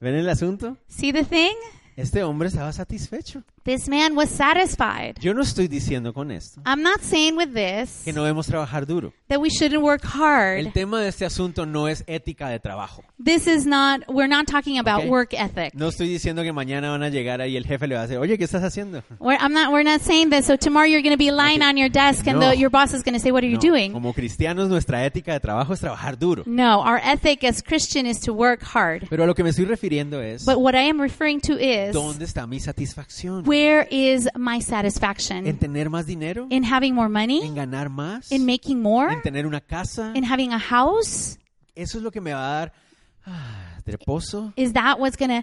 ¿Ven el asunto? See the thing? Este hombre estaba satisfecho. This man was satisfied. Yo no estoy diciendo con esto I'm not saying with this que no debemos trabajar duro. that we shouldn't work El hard. tema de este asunto no es ética de trabajo. This is not, we're not talking about Okay. work ethic. No estoy diciendo que mañana van a llegar ahí y el jefe le va a decir, oye, ¿qué estás haciendo? We're, I'm not, we're not saying that. So tomorrow you're going to be lying Okay. on your desk and No. the, your boss is going to say, What are you No, doing? Mm. Como cristianos, nuestra ética de trabajo es trabajar duro. No, our ethic as Christian is to work hard. Pero a lo que me estoy refiriendo es, But what I am referring to is ¿dónde está mi satisfacción? where is my ¿En satisfaction? tener más dinero? In having more ¿En money? ganar más? In ¿En making more? tener una casa? In having a house? Eso es lo que me va a dar ah, reposo. Is that what's going to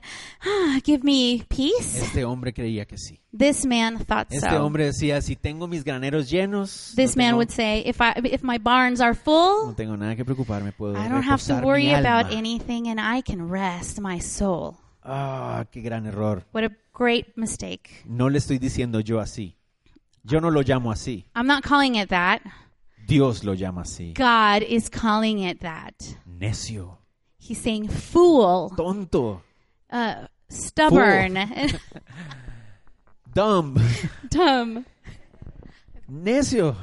give me peace? Este hombre creía que sí. This man thought Este so. hombre decía, si tengo mis graneros llenos, no This man tengo, would say, if I if my barns are no full, tengo nada que preocuparme, puedo I don't have to reposar mi worry about alma". anything and I can rest my soul. Ah, qué gran error. What a great mistake. No le estoy diciendo yo así. Yo no lo llamo así. I'm not calling it that. Dios lo llama así. God is calling it that. Necio, He's saying fool, tonto, uh, stubborn, dumb, dumb, necio,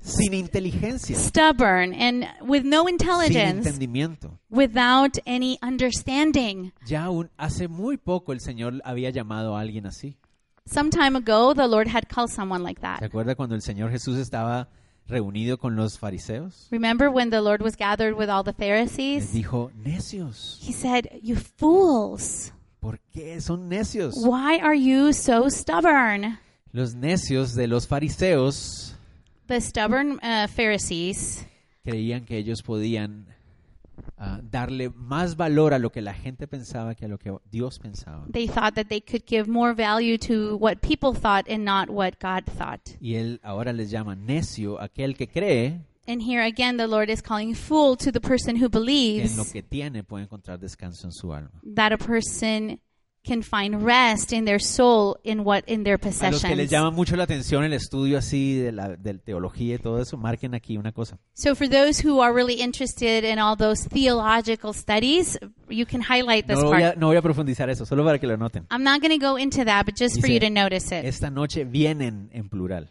sin inteligencia, stubborn and with no sin intelligence, entendimiento. without any understanding. Ya un- hace muy poco el Señor había llamado a alguien así. Some time ago, the Lord had called someone like ¿Se that. acuerda cuando el Señor Jesús estaba reunido con los fariseos? Remember when the Lord was gathered with all the Les Pharisees? dijo, necios, He said, You fools, ¿por qué son necios? why are you so stubborn? Los necios de los fariseos The stubborn uh, Pharisees creían que ellos podían ah, darle más valor a lo que la gente pensaba que a lo que Dios pensaba. they thought that they could give more value to what people thought and not what God thought. Y él ahora les llama necio aquel que cree And here again, the Lord is calling fool to the person que who en lo believes que tiene puede encontrar descanso en su alma. that a person can find rest in their soul in what in their A los que les possessions. llama mucho la atención el estudio así de la del teología y todo eso, marquen aquí una cosa. So for those who are really interested in all those theological studies, you can highlight this No voy part. a, no voy a profundizar eso, solo para que lo noten. I'm not going to go into that, but just for Dice, you to notice it. Esta noche vienen en plural.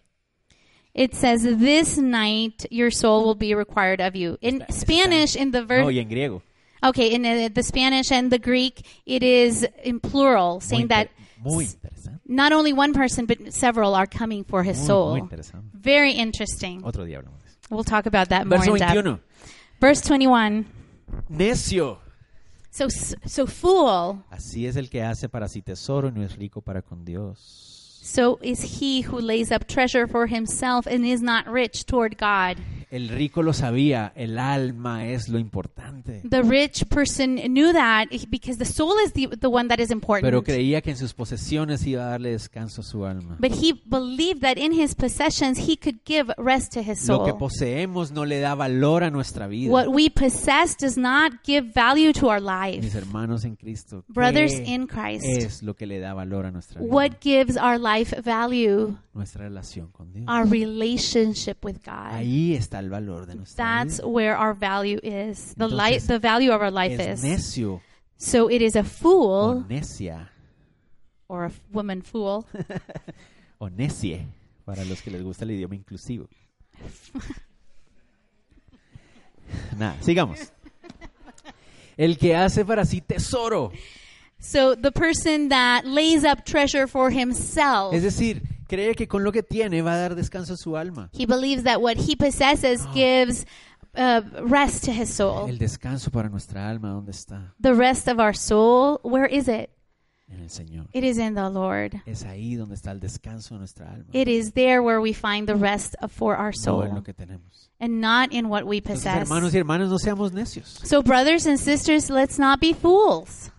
It says, This night your soul will be required of you. In Está- Spanish, in the No, verse. y en griego. Okay, in uh, the, the Spanish and the Greek, it is in plural, Muy, saying inter- that muy s- interesante. not only one person, but several are coming for his Muy, muy soul. interesante. Very interesting. Otro día hablamos de eso. We'll talk about that more Verso in depth. 21. Verse 21. Necio. So, s- so fool. Así es el que hace para sí tesoro y no es rico para con Dios. So is he who lays up treasure for himself and is not rich toward God. El rico lo sabía, el alma es lo importante. The rich person knew that because the soul is the, the one that is Pero important. creía que en sus posesiones iba a darle descanso a su alma. But he believed that in his possessions he could give rest to his Lo que soul. poseemos no le da valor a nuestra vida. What we possess does not give value to our Mis life. hermanos en Cristo, Brothers ¿qué in Christ. es lo que le da valor a nuestra vida? What gives our life value? Nuestra relación con Dios. Our relationship with God. Ahí está el valor de nuestra That's vida. where our value is. The li- Entonces, the value of our life Es is. necio So it is a o fool necia or a f- woman fool o necie para los que les gusta el idioma inclusivo. Nada, sigamos. El que hace para sí tesoro. So the person that lays up treasure for himself, Es decir, cree que con lo que tiene va a dar descanso a su alma. he believes that what he possesses gives uh, rest to his soul. Ah. El descanso para nuestra alma, ¿dónde está? The rest of our soul, where is it? En el Señor. It is in the Lord. Es ahí donde está el descanso de nuestra alma. It is there where we find the rest of- for our No en lo soul que tenemos. and not in what we Entonces, possess. hermanos y hermanas, no seamos necios. So, brothers and sisters, let's not be fools.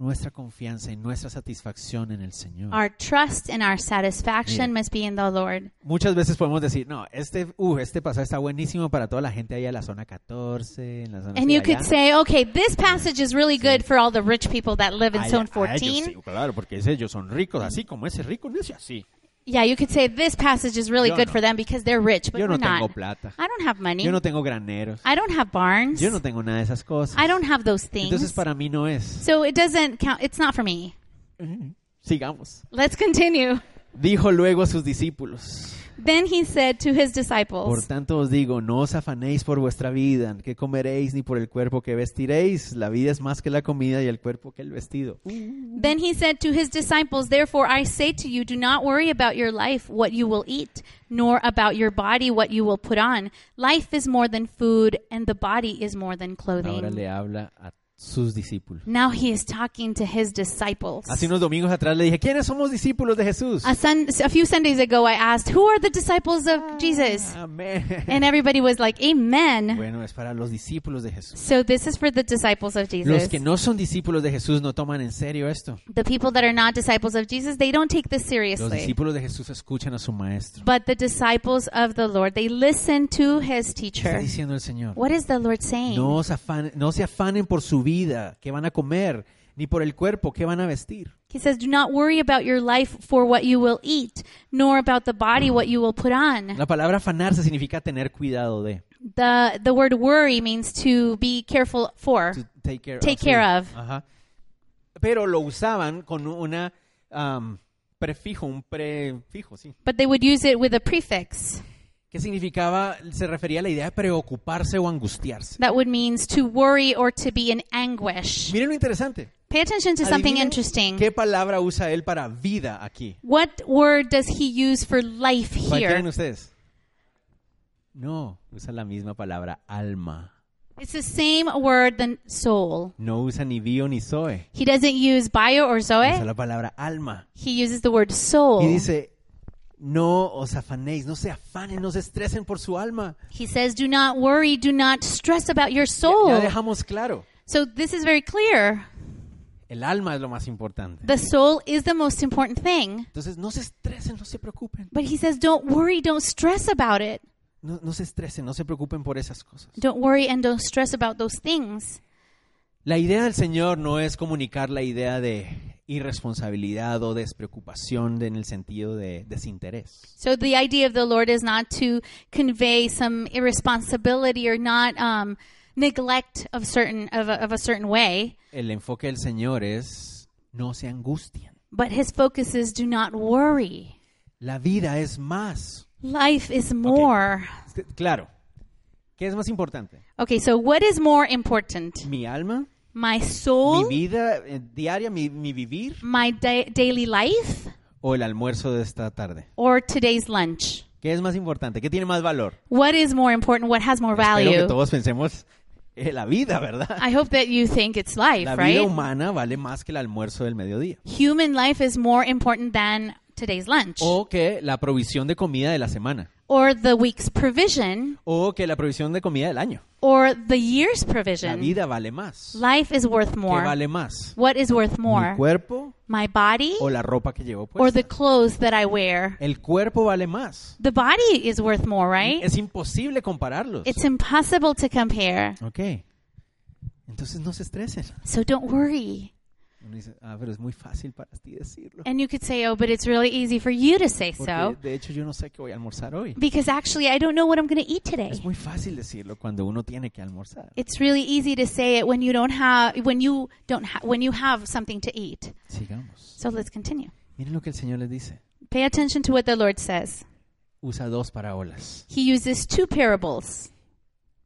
Nuestra confianza y nuestra satisfacción en el Señor. Our trust and our satisfaction must be in the Lord. Muchas veces podemos decir, no, este, uh, este pasaje está buenísimo para toda la gente allá en la zona 14, en la zona And de you allá. could say, okay, this passage is really good for all the rich people that live in Ay, zone a ellos 14. sí, claro, porque ese- ellos son ricos, así como ese rico necio, así. Yeah, you could say this passage is really Yo good no. for them because they're rich, but Yo no we're tengo not. plata, I don't have money. yo no tengo graneros, I don't have barns. yo no tengo nada de esas cosas. I don't have those Entonces things. para mí no es. So it doesn't count. It's not for me. Sigamos. Let's continue. Dijo luego a sus discípulos, Then he said to his por disciples, tanto os digo, no os afanéis por vuestra vida, que comeréis, ni por el cuerpo que vestiréis. La vida es más que la comida y el cuerpo que el vestido. Then he said to his disciples, Therefore I say to you, do not worry about your life, what you will eat, nor about your body, what you will put on. Life is more than food, and the body is more than Ahora clothing. le habla a sus discípulos. Now he is talking to his disciples. Hace unos domingos atrás le dije, ¿quiénes somos discípulos de Jesús? A, sun, a few Sundays ago, I asked, Who are the disciples of Jesus? Amén. And everybody was like, Amen. Bueno, es para los discípulos de Jesús. So this is for the disciples of Los Jesus. que no son discípulos de Jesús no toman en serio esto. The people that are not disciples of Jesus, they don't take this Los seriously. discípulos de Jesús escuchan a su maestro. But the disciples of the Lord, they listen to his ¿Qué Está teacher. diciendo el Señor. What is the Lord saying? No, os afanen- no se afanen por su vida, que van a comer, ni por el cuerpo, que van a vestir. He says, Do not worry about your life for what you will eat, nor about the body what you will put on. La palabra afanarse significa tener cuidado de. The the word worry means to be careful for. To take care Take of. sí. care of. Ajá. Pero lo usaban con una am, prefijo, un prefijo, sí. But they would use it with a prefix que significaba, se refería a la idea de preocuparse o angustiarse. that would means to worry or to be in anguish. Miren lo interesante. Pay attention to something Adivinen interesting. ¿Qué palabra usa él para vida aquí? What word does he use for life ¿Cuál creen here? ustedes? No, usa la misma palabra alma. It's the same word than soul. No usa ni bio ni zoe. He doesn't use bio or Usa zoe. la palabra alma. He uses the word soul. Y dice, no os afanéis, no se afanen, no se estresen por su alma. He says, Do not worry, do not stress about your Ya soul. dejamos claro, So this is very clear. el alma es lo más importante. The soul is the most important thing. Entonces, no se estresen, no se preocupen. But he says, Don't worry, don't stress about it. No, no se estresen, no se preocupen por esas cosas. Don't worry and don't stress about those things. La idea del Señor no es comunicar la idea de irresponsabilidad o despreocupación de- en el sentido de desinterés. So the idea of the Lord is not to convey some irresponsibility or not um, neglect of certain of a, of a certain way, El enfoque del Señor es no se angustien. but his focus is do not worry. La vida es más. Life is more. Es que- Claro. ¿Qué es más importante? okay so what is more important? ¿Mi alma? My ¿Mi soul, vida eh, diaria? Mi, mi vivir? my da- daily life, ¿O el almuerzo de esta tarde? or today's lunch? ¿Qué es más importante? ¿Qué tiene más valor? What is more important? What has more Espero que value? todos pensemos en la vida, ¿verdad? I hope that you think it's life, La vida right? humana vale más que el almuerzo del mediodía. Human life is more important than today's lunch O que la provisión de comida de la semana. or the week's provision O que la provisión de comida del año. or the year's La provision. vida vale más. Life is worth ¿Qué more. vale más? What is worth ¿Mi more? cuerpo My body o la Eh. ropa que llevo or puesta? the clothes that I wear? El cuerpo vale más. The body is worth more, right? Es imposible compararlos. It's impossible to compare. Ok. Entonces no se estresen. So don't worry. Uno dice, ah, pero es muy fácil para ti decirlo. And you could say, oh, but it's really easy for you to say Porque so. de hecho yo no sé qué voy a almorzar hoy. Because actually, I don't know what I'm going to eat today. Es muy fácil decirlo cuando uno tiene que almorzar. It's really easy to say it when you don't have when you don't ha- when you have something to eat. Sigamos. So let's continue. Miren lo que el Señor les dice. Pay attention to what the Lord says. usa dos parábolas. He uses two parables.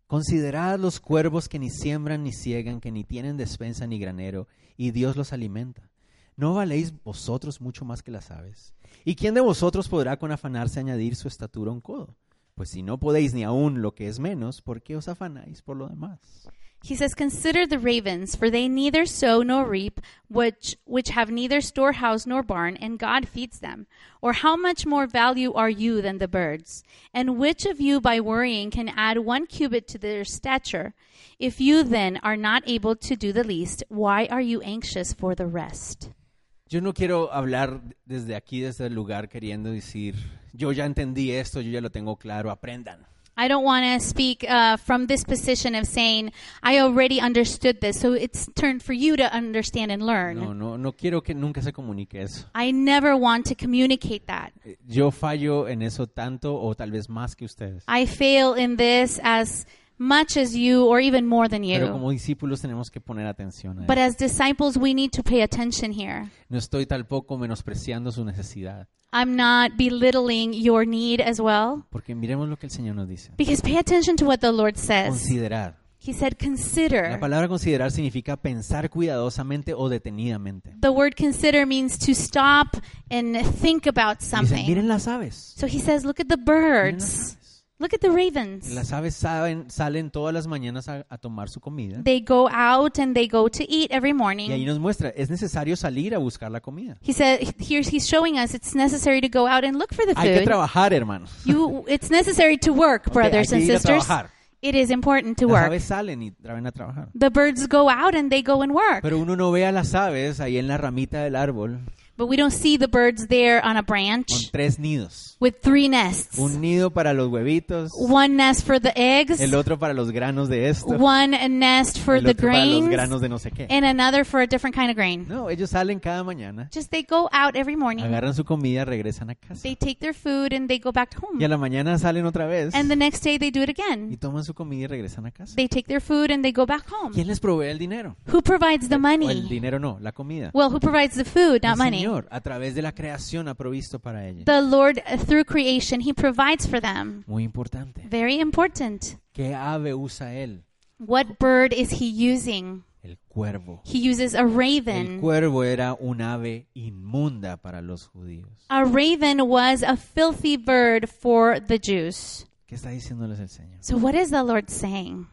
Considerad los cuervos que ni siembran ni ciegan, que ni tienen despensa ni granero, y Dios los alimenta. ¿No valéis vosotros mucho más que las aves? ¿Y quién de vosotros podrá con afanarse añadir su estatura a un codo? Pues si no podéis ni aún lo que es menos, ¿por qué os afanáis por lo demás? He says, Consider the ravens, for they neither sow nor reap, which, which have neither storehouse nor barn, and God feeds them. Or how much more value are you than the birds? And which of you, by worrying, can add one cubit to their stature? If you then are not able to do the least, why are you anxious for the rest? Yo no quiero hablar desde aquí, desde el lugar, queriendo decir, yo ya entendí esto, yo ya lo tengo claro, aprendan. I don't want to speak uh, from this position of saying, I already understood this, so it's turned for you to understand and learn. No, no, no quiero que nunca se comunique eso. I never want to communicate that. Eh, Yo fallo en eso tanto o tal vez más que ustedes. I fail in this as much as you, or even more than Pero you. como discípulos tenemos que poner atención a But eso. as disciples, we need to pay attention here. No estoy tampoco menospreciando su necesidad, I'm not belittling your need as well, porque miremos lo que el Señor nos dice. because pay attention to what the Lord says. Considerar. He said, La Consider. palabra considerar significa pensar cuidadosamente o detenidamente. The word consider means to stop and think about Dicen, something. miren las aves. So he says, Look at the miren las birds, aves. look at the ravens. Las aves saben- salen todas las mañanas a, a tomar su comida. They go out and they go to eat every Y ahí morning. nos muestra, es necesario salir a buscar la comida. He said, here he's showing us it's necessary to go out and look for the Hay que food. trabajar, hermanos. You, it's necessary to work, brothers hay que and ir a sisters. trabajar. It is important to Las work. aves salen y traen a trabajar. The birds go out and they go and work, Pero uno no ve a las aves ahí en la ramita del árbol but we don't see the birds there on a con branch tres nidos. with three nests: Un nido para los huevitos, one nest for the eggs, el otro para los granos de esto, one nest for el the otro para los grains, granos de no sé qué. and another for a different kind of grain. No, ellos salen cada mañana, Just they go out every morning, agarran su comida, regresan a casa. they take their food, and they go Y back a home. la mañana salen otra vez And the next day they do it y again. toman su comida y regresan a casa. They take their food and they go back home. ¿Quién les provee el dinero? Who provides the O el money? dinero no, la comida. Well, who provides the food, not El money? Señor, a través de la creación, ha provisto para ellos. The Lord, uh, through creation, He provides for them. Muy importante. Very important. ¿Qué ave usa él? What bird is He using? El cuervo. He uses a El raven. cuervo era un ave inmunda para los judíos. A raven was a filthy bird for the Jews. ¿Qué está diciéndoles el Señor? So, what is the Lord saying?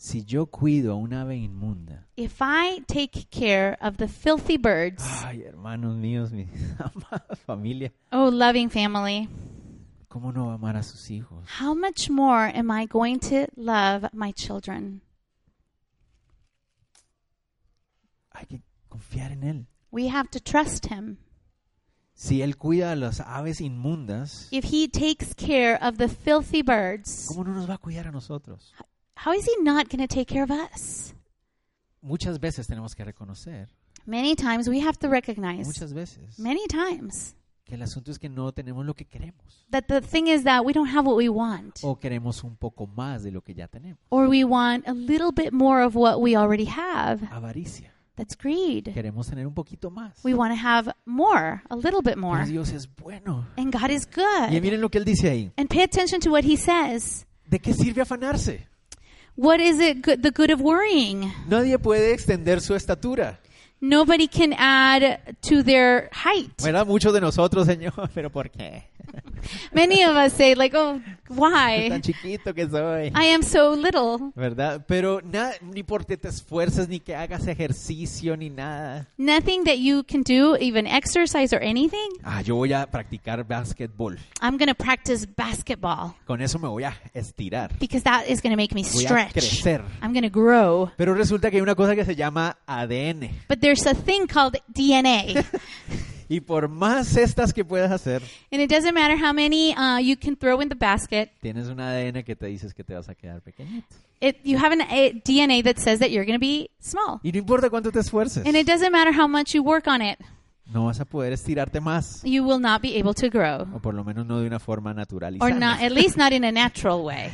Si yo cuido a un ave inmunda, If I take care of the filthy birds, ay hermanos míos, mi amada familia, oh loving family, ¿cómo no va a amar a sus hijos? how much more am I going to love my children? Hay que confiar en Él. We have to trust Him. Si Él cuida a las aves inmundas, If He takes care of the filthy birds, ¿cómo no nos va a cuidar a nosotros? how is He not going to take care of us? Muchas veces tenemos que reconocer, Many times we have to recognize, muchas veces, many times, que el asunto es que no tenemos lo que queremos. that the thing is that we don't have what we want, O queremos un poco más de lo que ya tenemos. or we want a little bit more of what we already have. Avaricia. That's greed. Queremos tener un poquito más. We want to have more, a little bit Pero more. Dios es bueno. And God is Y good. miren lo que él dice ahí. And pay attention to what He says. ¿De qué sirve afanarse? What is it good, the good of worrying? Nadie puede extender su estatura. Nobody can add to their height. ¿Verdad? Muchos de nosotros, Señor, pero ¿por qué? Many of us say, like, oh, Tan why? chiquito que soy. I am so little. ¿Verdad? Pero na- ni porque te esfuerces, ni que hagas ejercicio, ni nada. Nothing that you can do, even exercise or anything. Ah, yo voy a practicar básquetbol. I'm going to practice basketball Con eso me voy a estirar. because that is going to make me Voy a stretch. crecer. I'm going to grow. Pero resulta que hay una cosa que se llama ADN. But there's a thing called DNA. Y por más cestas que puedas hacer, and it doesn't matter how many uh, you can throw in the basket. tienes un ADN que te dices que te vas a quedar pequeñito. It, you have an a DNA that says that you're going to be small. Y no importa cuánto te esfuerces, And it doesn't matter how much you work on it, no vas a poder estirarte más. you will not be able to grow. O por lo menos no de una forma natural y Or sana, not, at least not in a natural way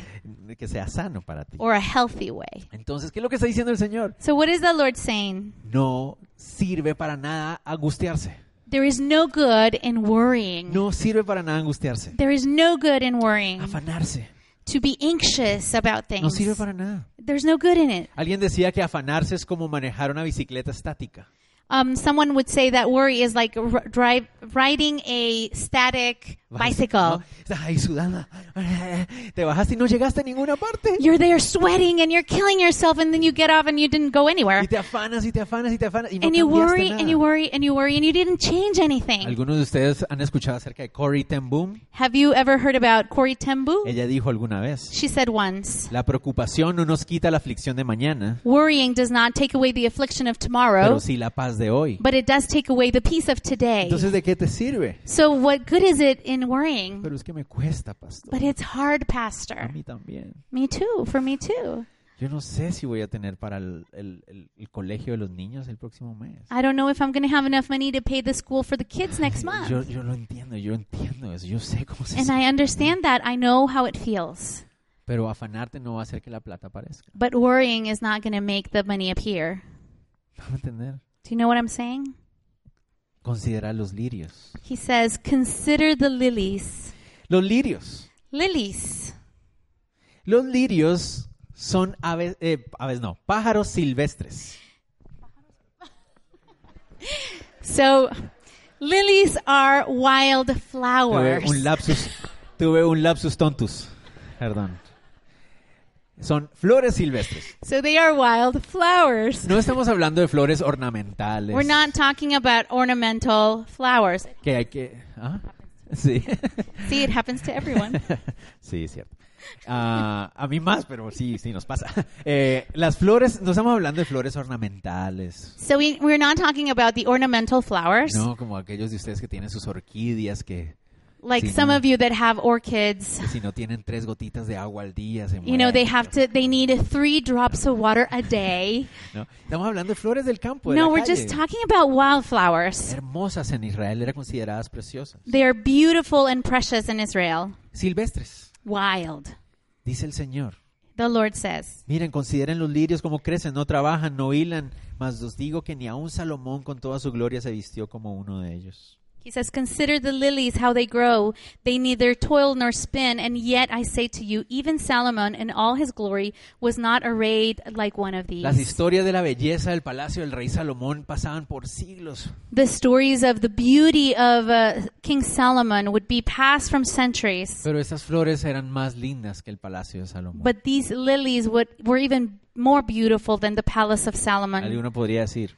que sea sano para ti. or a healthy way. Entonces, ¿qué es lo que está diciendo el Señor? So, what is the Lord saying? No sirve para nada angustiarse. There is no good in worrying. No sirve para nada angustiarse, There is no good in worrying. afanarse. To be anxious about No things. sirve para nada. There's no good in it. Alguien decía que afanarse es como manejar una bicicleta estática. Um, someone would say that worry is like r- drive, riding a static bicycle. ¿No? Estás ahí sudando. Te bajaste y no llegaste a ninguna parte. You're there sweating and you're killing yourself, and then you get off and you didn't go anywhere. Y te afanas y te afanas y te afanas y no And you cambiaste worry nada. and you worry and you worry and you didn't change anything. Algunos de ustedes han escuchado acerca de Corey ten Boom. Have you ever heard about Corey Tembu? Ella dijo alguna vez, She said once, la preocupación no nos quita la aflicción de mañana, worrying does not take away the affliction of tomorrow, pero sí la paz de hoy. but it does take away the peace of today. Entonces, ¿de qué te sirve? So what good is it in worrying? Pero es que me cuesta, pastor. But it's hard, A Pastor. mí también. Me too, for me too. Yo no sé si voy a tener para el, el- el- el colegio de los niños el próximo mes. I don't know if I'm going to have enough money to pay the school for the kids next Yo, month. yo lo entiendo, yo entiendo eso, yo sé cómo se And siente. I understand that. I know how it feels. Pero afanarte no va a hacer que la plata aparezca. But worrying is not going to make the money appear. ¿Me van a entender? Do you know what I'm saying? Considera los lirios. He says, consider the lilies. Los lirios. Lilies. Los lirios son aves, eh, aves no, pájaros silvestres. So, lilies are wild Tuve flowers. Eh, un lapsus, tuve un lapsus tontus. Perdón. Son flores silvestres. So, they are wild flowers. No estamos hablando de flores ornamentales. We're not talking about ornamental flowers. Que hay que. ¿ah? Sí. See, it happens to everyone. sí, es cierto. Ah, a mí más, pero sí, sí nos pasa. Eh, las flores, no estamos hablando de flores ornamentales. So, we, we're not talking about the ornamental flowers. No, como aquellos de ustedes que tienen sus orquídeas que, like Sí, some no. of you that have orchids que si no tienen tres gotitas de agua al día se mueren. you know they have to they need three drops of water a day ¿no? Estamos hablando de flores del campo. de no la we're calle. just talking about wildflowers Hermosas en Israel, eran consideradas preciosas. they are beautiful and precious in israel Silvestres, wild dice el Señor. the lord says Miren, consideren los lirios como crecen, no trabajan, no hilan, mas os digo que ni aun Salomón con toda su gloria se vistió como uno de ellos. he says consider the lilies how they grow they neither toil nor spin and yet i say to you even solomon in all his glory was not arrayed like one of Las these historias de la belleza del palacio del rey Salomón pasaban por siglos. the stories of the beauty of uh, king solomon would be passed from centuries Pero estas flores eran más lindas que el palacio de Salomón. But these lilies would, were even more beautiful than the palace of Solomon. Alguno podría decir.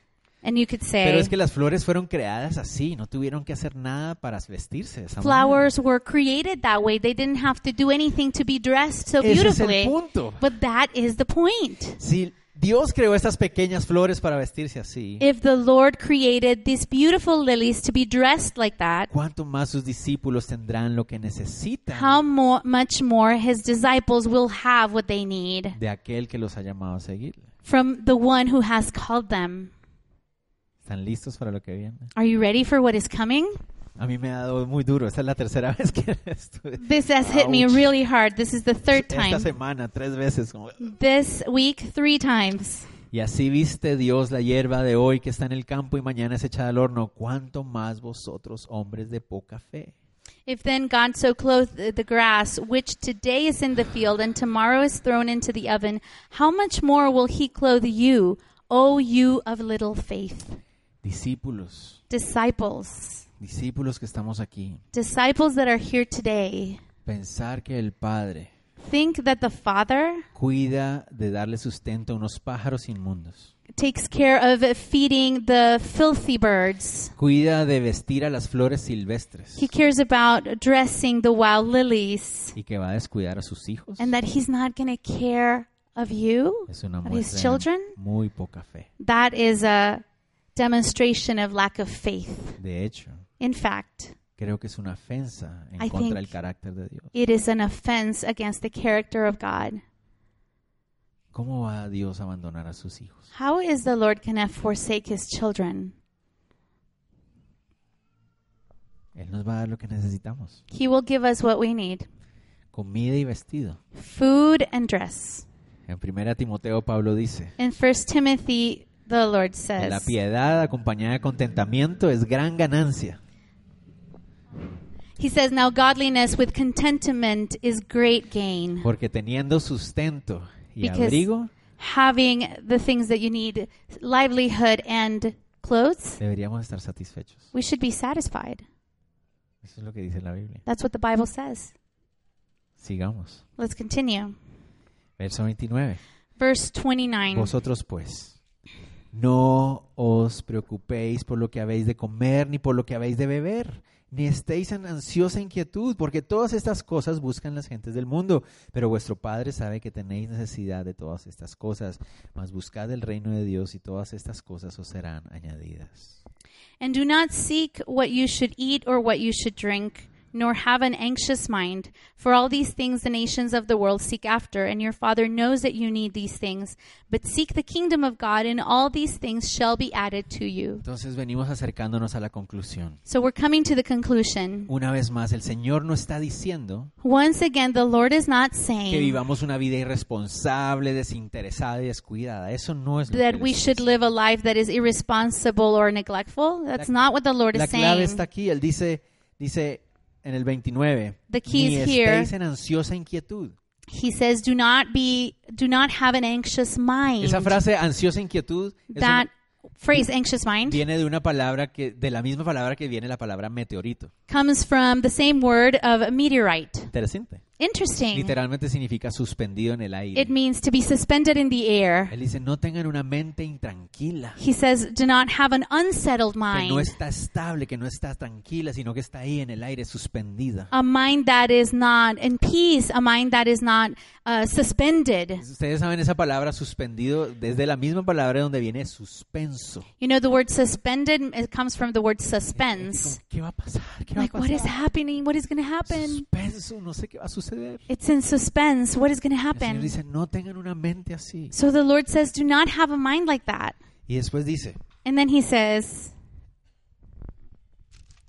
And you could Pero say, es que las flores fueron creadas así, no tuvieron que hacer nada para vestirse de esa manera. flowers were created that way. They didn't have to do anything to be dressed so eh. Ese es beautifully. el punto. But that is the point. Si Dios creó estas pequeñas flores para vestirse así, If the Lord created these beautiful lilies to be dressed like that, ¿cuánto más sus discípulos tendrán lo que necesitan how mo- much more his disciples will have what they need de aquel que los ha llamado a seguirle? from the one who has called them? ¿Están listos para lo que viene? Are you ready for what is coming? A mí me ha dado muy duro. Esta es la tercera vez que estuve. This has hit me Ouch. really hard. This is the third Esta time. semana, tres veces. como- This week, three times. Y así viste Dios la hierba de hoy que está en el campo y mañana es echada al horno. ¿Cuánto más vosotros, hombres de poca fe? If then God so clothe the grass, which today is in the field and tomorrow is thrown into the oven, how much more will he clothe you, O you of little faith? Discípulos, Disciples, discípulos que estamos aquí. disciples that are here today, Pensar que el Padre think that the Father cuida de darle sustento a unos pájaros inmundos. takes care of feeding the filthy birds. Cuida de vestir a las flores silvestres He cares about dressing the wild lilies, y que va a descuidar a sus hijos. and that he's not going to care of you, Es una of his muestra children. de muy poca fe. That is a demonstration of lack of faith. De hecho, In fact, creo que es una ofensa en I think- contra del carácter de Dios. it is an offense against the character of God. ¿Cómo va Dios a abandonar a sus hijos? How is the Lord going to forsake his children? Él nos va a dar lo que necesitamos. He will give us what we need Comida y vestido. food and dress. En primera Timoteo Pablo dice, In First Timothy, The Lord La says, piedad acompañada de contentamiento es gran ganancia. He says, Now godliness with contentment is great gain. Porque teniendo sustento y Because- abrigo, Having the things that you need, livelihood and clothes, deberíamos estar satisfechos. we should be satisfied. Eso es lo que dice la Biblia. That's what the Bible says. Sigamos. Let's continue. Verso 29. Verse 29. Vosotros pues, no os preocupéis por lo que habéis de comer ni por lo que habéis de beber, ni estéis en ansiosa inquietud, porque todas estas cosas buscan las gentes del mundo, pero vuestro Padre sabe que tenéis necesidad de todas estas cosas, mas buscad el reino de Dios y todas estas cosas os serán añadidas. And do not seek what you should eat or what you should drink, nor have an anxious mind, for all these things the nations of the world seek after, and your Father knows that you need these things. But seek the kingdom of God, and all these things shall be added to you. Entonces venimos acercándonos a la conclusión. So we're coming to the conclusion. Una vez más, el Señor no está diciendo Once again, the Lord is not que saying vivamos una vida irresponsable, desinteresada y descuidada. Eso no es lo que that Él we está should diciendo. live a life that is irresponsible or neglectful. That's La- not what the Lord La is clave saying. está aquí. Él dice, dice en el 29, The key ni is here." estéis en ansiosa inquietud. He says, "Do not be, do not have an anxious mind." Esa frase, ansiosa inquietud, es that una- phrase anxious mind viene de una palabra que, de la misma palabra que viene la palabra meteorito. comes from the same word of a meteorite Interesante. interesting Literalmente significa suspendido en el aire. it means to be suspended in the air Él dice, no tengan una mente intranquila, he says do not have an unsettled que no mind está estable, que no está tranquila, sino que está ahí en el aire, suspendida. a mind that is not in peace a mind that is not uh, suspended Ustedes saben esa palabra suspendido desde la misma palabra donde viene suspenso. you know the word suspended it comes from the word Es suspense como, ¿Qué va a pasar? ¿Qué va like a what pasar? is happening what is going to happen Suspenso, no sé qué va a suceder. it's in suspense what is going to El Señor happen dice, no tengan una mente así. so the lord says do not have a mind like that Y después dice, and then he says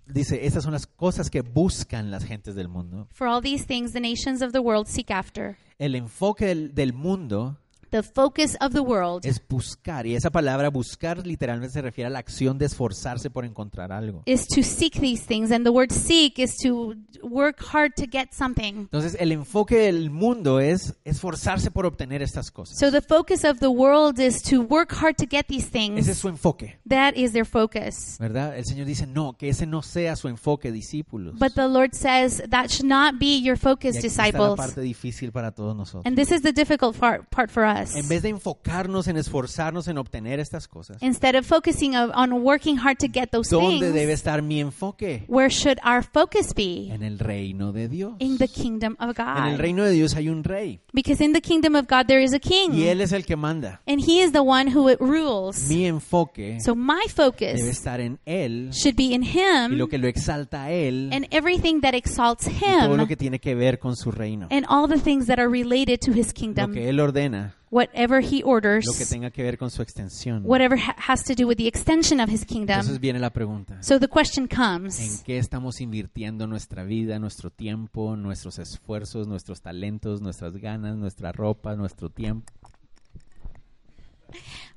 dice, estas son las cosas que buscan las gentes del mundo. For all these things the nations of the world seek after. El enfoque del, del mundo The focus of the world es buscar. Y esa palabra buscar literalmente se refiere a la acción de esforzarse por encontrar algo. is to seek these things, and the word seek is to work hard to get something. Entonces, el enfoque del mundo es esforzarse por obtener estas cosas. So the focus of the world is to work hard to get these Ese es things. su enfoque, That is their focus. ¿verdad? El Señor dice, no, que ese no sea su enfoque, discípulos. But the Lord says that should not be your Y focus, aquí está la disciples. parte difícil para todos nosotros. And this is the difficult part, part for En us. vez de enfocarnos en esforzarnos en obtener estas cosas, Instead of focusing of- on working hard to get those ¿dónde debe things, estar mi enfoque? where should our focus be? En el reino de Dios. In the Ah. kingdom of En el God. reino de Dios hay un rey Because in the kingdom of God there is a king. y él es el que manda. And he is the one who it rules. Mi enfoque So my debe focus estar en él should be in y lo him que lo exalta a él and everything that exalts y todo lo him que tiene que ver con su reino. and all the things that are related to his Lo kingdom. que él ordena, Whatever he lo que orders, tenga que ver con su extensión. whatever ha- has to do with the extension of his Entonces kingdom. viene la pregunta. So the question ¿En comes qué estamos invirtiendo nuestra vida, nuestro tiempo, nuestros esfuerzos, nuestros talentos, nuestras ganas, nuestra ropa, nuestro tiempo?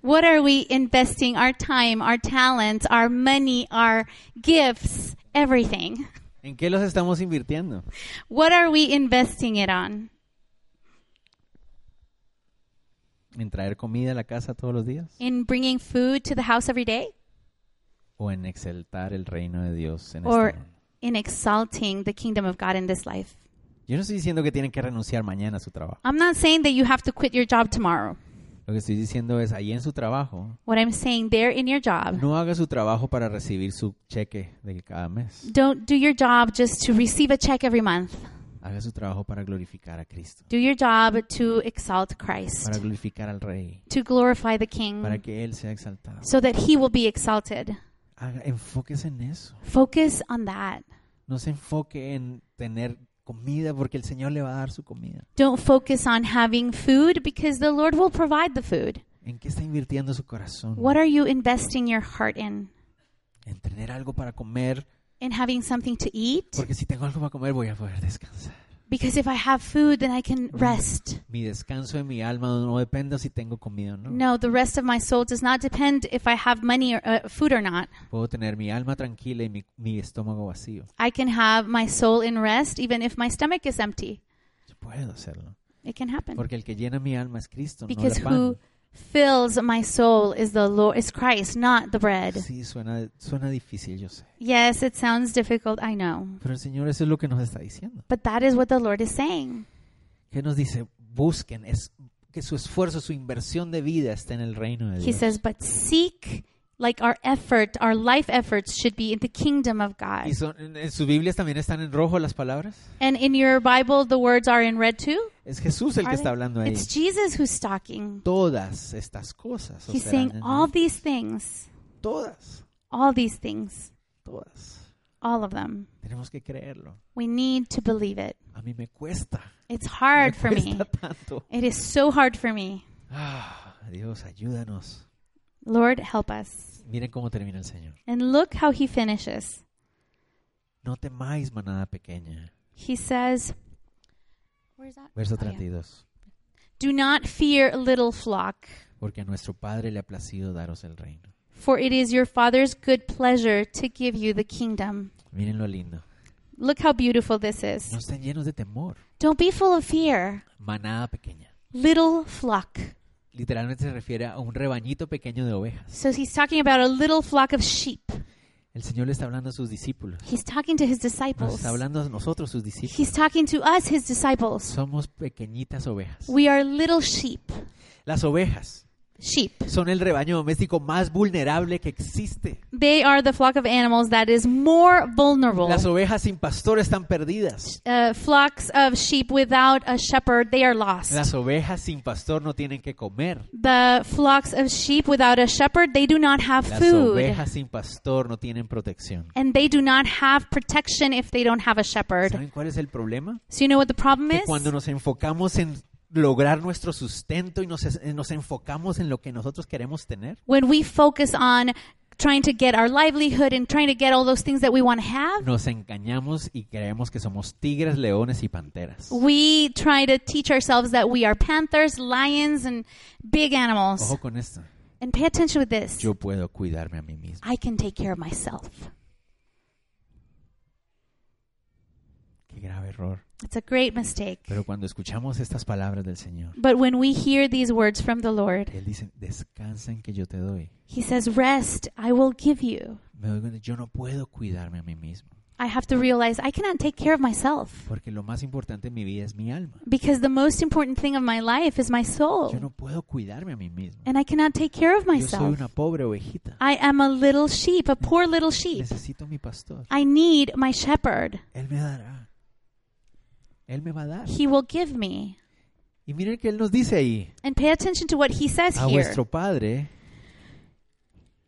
what are we investing our time, our talents, our money, our gifts, everything? ¿En qué los estamos invirtiendo? What are we investing it on? ¿En traer comida a la casa todos los días? In bringing food to the house every day? ¿O en exaltar el reino de Dios en or este mundo? in exalting the kingdom of God in this life. Yo no estoy diciendo que tienen que renunciar mañana a su trabajo. I'm not saying that you have to quit your job tomorrow. Lo que estoy diciendo es, ahí en su trabajo, What I'm saying there in your job, no haga su trabajo para recibir su cheque de cada mes. don't do your job just to receive a check every month. Haga su trabajo para glorificar a Cristo, Do your job to exalt para Christ, glorificar al Rey, to glorify the para King, que Él sea exaltado. so that he will be exalted. Haga, enfóquese en eso. Focus on that. No se enfoque en tener comida porque el Señor le va a dar su comida. Don't focus on having food because the Lord will provide the food. ¿En qué está invirtiendo su corazón? What are you investing your heart in? En tener algo para comer In having something to eat? Porque si tengo algo para comer voy a poder descansar. Because if I have food, then I can rest. Mi descanso de mi alma no depende si tengo comida o no. No, the rest of my soul does not depend if I have money or uh, food or not. Puedo tener mi alma tranquila y mi, mi estómago vacío. I can have my soul in rest even if my stomach is empty. Yo puedo hacerlo. It can happen. Porque el que llena mi alma es Cristo, Because no el who fills my soul is the Lord is Christ, not the pan. bread. Sí, suena, suena difícil, yo sé. Yes, it sounds difficult, I know. Pero el Señor eso es lo que nos está diciendo. But that is what the Lord is saying. Que nos dice, busquen, es que su esfuerzo, su inversión de vida está en el reino de He Dios. says, but seek like our effort, our life efforts should be in the kingdom of God. ¿Y son- en- en sus Biblias también están en rojo las palabras? And in your Bible, the words are in red too. Es Jesús el Are que they? está hablando ahí. It's Jesus who's talking. Todas estas cosas. os He's serán saying en- all these things, Todas, all these things, todas. all of them. Tenemos que creerlo. We need to believe it. A mí me cuesta. It's hard me for me. cuesta tanto. It is so hard for me. Ah, Dios, ayúdanos. Lord, help us. Miren cómo termina el Señor. And look how he finishes. No temáis manada pequeña. He says, Where's that? Verso Oh, yeah. 32. Do not fear, little flock, Porque a nuestro Padre le ha placido daros el reino. for it is your Father's good pleasure to give you the kingdom. Miren lo lindo. Look how beautiful this is. No estén llenos de temor. Don't be full of fear, Manada pequeña. little flock. Literalmente se refiere a un rebañito pequeño de ovejas. So he's talking about a little flock of sheep. El Señor le está hablando a sus discípulos. He's talking to his Nos disciples. está hablando a nosotros, sus discípulos. He's talking to us, his disciples. Somos pequeñitas ovejas. We are little sheep. Las ovejas Sheep. son el rebaño doméstico más vulnerable que existe. They are the flock of animals that is more vulnerable. Las ovejas sin pastor están perdidas. Uh, flocks of sheep without a shepherd, they are lost. Las ovejas sin pastor no tienen que comer. The flocks of sheep without a shepherd, they do not have Las food. ovejas sin pastor no tienen protección. And they do not have protection if they don't have a shepherd. ¿Saben cuál es el problema? So you know what the problem Que is? cuando nos enfocamos en lograr nuestro sustento y nos, es- eh, nos enfocamos en lo que nosotros queremos tener, When we focus on trying to get our livelihood and trying to get all those things that we want to have, nos engañamos y creemos que somos tigres, leones y panteras. we try to teach ourselves that we are panthers, lions, and big animals. Ojo con esto. And pay attention with this. Yo puedo cuidarme a mí mismo. I can take care of myself. Qué grave error. It's a great mistake. Pero cuando escuchamos estas palabras del Señor, But when we hear these words from the Lord, Él dice, descansa en que yo te doy. He says, Rest, I will give you. Me doy cuenta, yo no puedo cuidarme a mí mismo. I have to realize I cannot take care of myself Porque lo más importante en mi vida es mi alma. because the most important thing of my life is my Yo soul. no puedo cuidarme a mí mismo. And I cannot take care of Yo soy myself. una pobre ovejita. I am a little sheep, a poor little sheep. Necesito a mi pastor. I need my shepherd. Él me dará. Él me va a dar. He will give me. Y miren que Él nos dice ahí. And pay attention to what He says A here. vuestro padre,